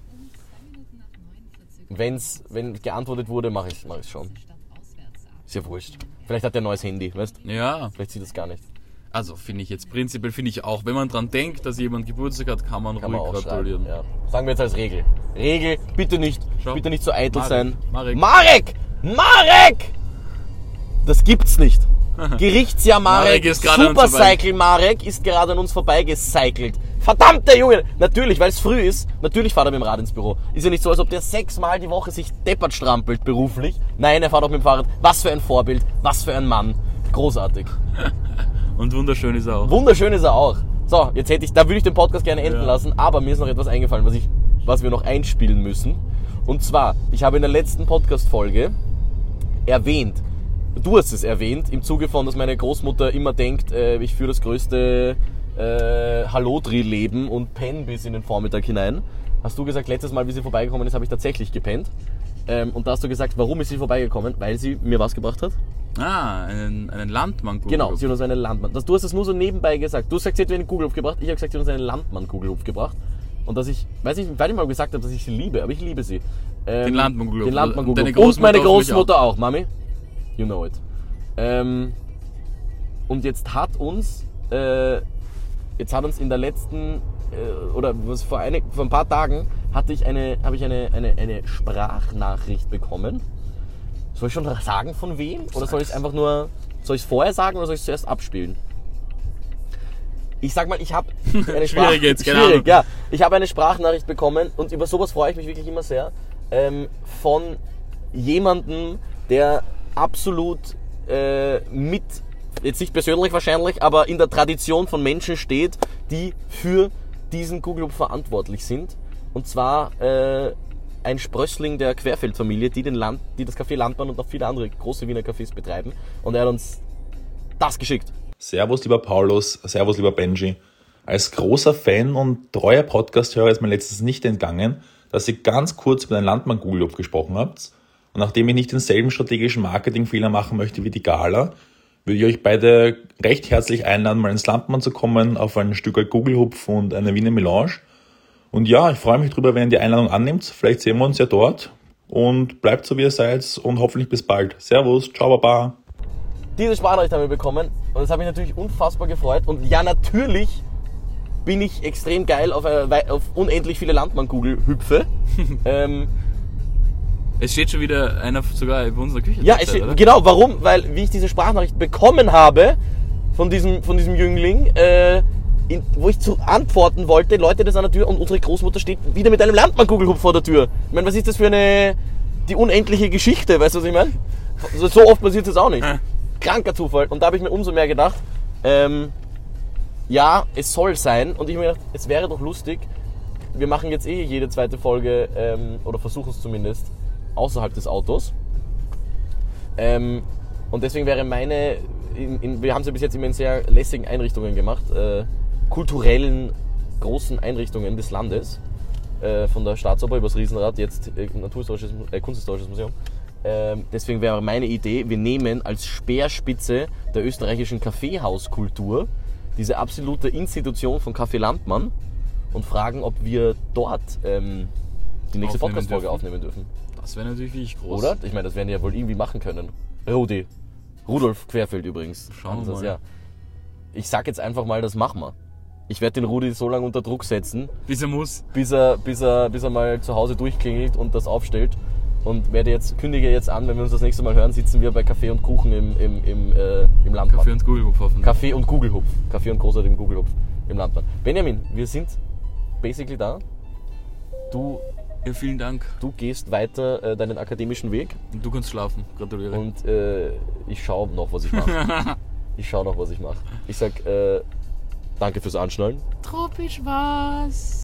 C: Wenn's, wenn geantwortet wurde, mache ich es schon. Ist ja wurscht. Vielleicht hat der ein neues Handy, weißt
D: Ja,
C: Vielleicht sieht das gar nicht.
D: also finde ich jetzt prinzipiell, finde ich auch, wenn man dran denkt, dass jemand Geburtstag hat, kann man
C: Kann man
D: ruhig
C: auch
D: gratulieren.
C: schreiben. Ja. Sagen wir jetzt als Regel. Regel, bitte nicht,
D: Schau.
C: bitte nicht so eitel
D: Marek,
C: sein.
D: Marek.
C: Marek! Marek! Das gibt's nicht. Gerichtsjahr Marek,
D: Marek ist gerade an uns vorbei.
C: Supercycle Marek ist gerade an uns vorbeigecycelt. Verdammter Junge! Natürlich, weil es früh ist, natürlich fährt er mit dem Rad ins Büro. Ist ja nicht so, als ob der sechsmal die Woche sich deppert strampelt beruflich. Nein, er fährt auch mit dem Fahrrad. Was für ein Vorbild, was für ein Mann. Großartig.
D: Und wunderschön ist er auch.
C: Wunderschön ist er auch. So, jetzt hätte ich, da würde ich den Podcast gerne enden
D: Ja.
C: lassen, aber mir ist noch etwas eingefallen, was, ich, was wir noch einspielen müssen. Und zwar, ich habe in der letzten Podcast-Folge erwähnt, du hast es erwähnt, im Zuge von, dass meine Großmutter immer denkt, äh, ich führe das größte äh, Hallodri-Leben und penne bis in den Vormittag hinein. Hast du gesagt, letztes Mal, wie sie vorbeigekommen ist, habe ich tatsächlich gepennt. Ähm, und da hast du gesagt, warum ist sie vorbeigekommen? Weil sie mir was gebracht hat?
D: Ah, einen, einen Landmann
C: Genau, sie hat uns eine Landmann. Das, du hast das nur so nebenbei gesagt. Du sagst, sie hat mir einen Kugelhupf gebracht. Ich habe gesagt, sie hat uns einen Landmann-Kugelhupf gebracht. Und dass ich, weiß nicht, weil ich mal gesagt habe, dass ich sie liebe, aber ich liebe sie. Ähm,
D: Den Landmann-Kugelhupf.
C: Den
D: Und deine
C: Landmann-Kugelhupf. Und
D: Großmutter
C: meine
D: hoffentlich
C: Großmutter auch. Mami. You know it. Ähm, und jetzt hat uns, äh, jetzt hat uns in der letzten, äh, oder was vor, eine, vor ein paar Tagen, hatte ich eine, habe ich eine, eine, eine Sprachnachricht bekommen. Soll ich schon sagen, von wem? Oder soll ich es einfach nur. Soll ich es vorher sagen oder soll ich es zuerst abspielen? Ich sag mal, ich habe eine Sprach-
D: Schwierig jetzt, keine Ahnung.
C: Schwierig, ja. Ich habe eine Sprachnachricht bekommen und über sowas freue ich mich wirklich immer sehr. Ähm, von jemandem, der absolut äh, mit, jetzt nicht persönlich wahrscheinlich, aber in der Tradition von Menschen steht, die für diesen Google verantwortlich sind. Und zwar äh, ein Sprössling der Querfeldfamilie, die, den Land, die das Café Landmann und noch viele andere große Wiener Cafés betreiben. Und er hat uns das geschickt.
I: Servus, lieber Paulus. Servus, lieber Benji. Als großer Fan und treuer Podcast-Hörer ist mir letztens nicht entgangen, dass ihr ganz kurz über den Landmann Gugelhof gesprochen habt. Und nachdem ich nicht denselben strategischen Marketingfehler machen möchte wie die Gala, würde ich euch beide recht herzlich einladen, mal ins Landmann zu kommen, auf ein Stück Gugelhupf und eine Wiener Melange. Und ja, ich freue mich drüber, wenn ihr die Einladung annimmt. Vielleicht sehen wir uns ja dort. Und bleibt so, wie ihr seid und hoffentlich bis bald. Servus, ciao, baba.
C: Diese Sprachnachricht haben wir bekommen und das hat mich natürlich unfassbar gefreut. Und ja, natürlich bin ich extrem geil auf, äh, wei- auf unendlich viele Landmannkugel-Hüpfe. ähm,
D: Es steht schon wieder einer sogar bei uns in der Küche.
C: ja,
D: derzeit,
C: es,
D: oder?
C: genau, warum? Weil, wie ich diese Sprachnachricht bekommen habe von diesem, von diesem Jüngling, äh, in, wo ich zu antworten wollte, Leute das an der Tür und unsere Großmutter steht wieder mit einem Landmannkugelhupf vor der Tür. Ich meine, was ist das für eine, die unendliche Geschichte, weißt du, was ich meine? So- So oft passiert das auch nicht. Kranker Zufall. Und da habe ich mir umso mehr gedacht, ähm, ja, es soll sein. Und ich habe mir gedacht, es wäre doch lustig, wir machen jetzt eh jede zweite Folge, ähm, oder versuchen es zumindest, außerhalb des Autos. Ähm, und deswegen wäre meine, in, in, wir haben es ja bis jetzt immer in sehr lässigen Einrichtungen gemacht, äh, kulturellen großen Einrichtungen des Landes, äh, von der Staatsoper übers Riesenrad, jetzt äh, Naturhistorisches, Mu- äh, Kunsthistorisches Museum. Ähm, deswegen wäre meine Idee, wir nehmen als Speerspitze der österreichischen Kaffeehauskultur diese absolute Institution von Kaffee Landmann und fragen, ob wir dort ähm, die nächste
D: Aufnehmen
C: Podcast-Folge
D: dürfen.
C: aufnehmen dürfen.
D: Das wäre natürlich wirklich groß.
C: Oder? Ich meine, das werden die ja wohl irgendwie machen können. Rudi. Rudolf Querfeld übrigens. Also
D: Schauen wir
C: Das,
D: mal.
C: ja. Ich sag jetzt einfach mal, das machen wir. Ich werde den Rudi so lange unter Druck setzen,
D: Bis er muss.
C: bis er, bis, er, bis er mal zu Hause durchklingelt und das aufstellt. Und werde jetzt, kündige jetzt an, wenn wir uns das nächste Mal hören, sitzen wir bei Kaffee und Kuchen im, im, im, äh, im Landbad.
D: Kaffee und Google hoffen.
C: Kaffee und Gugelhupf. Kaffee und großartigen Gugelhupf im Landbad. Benjamin, wir sind basically da. Du,
D: Ja, vielen Dank.
C: du gehst weiter äh, deinen akademischen Weg.
D: Und du kannst schlafen. Gratuliere.
C: Und äh, ich schaue noch, was ich mache. ich schaue noch, was ich mache. Ich sag äh, danke fürs Anschnallen.
E: Tropisch was.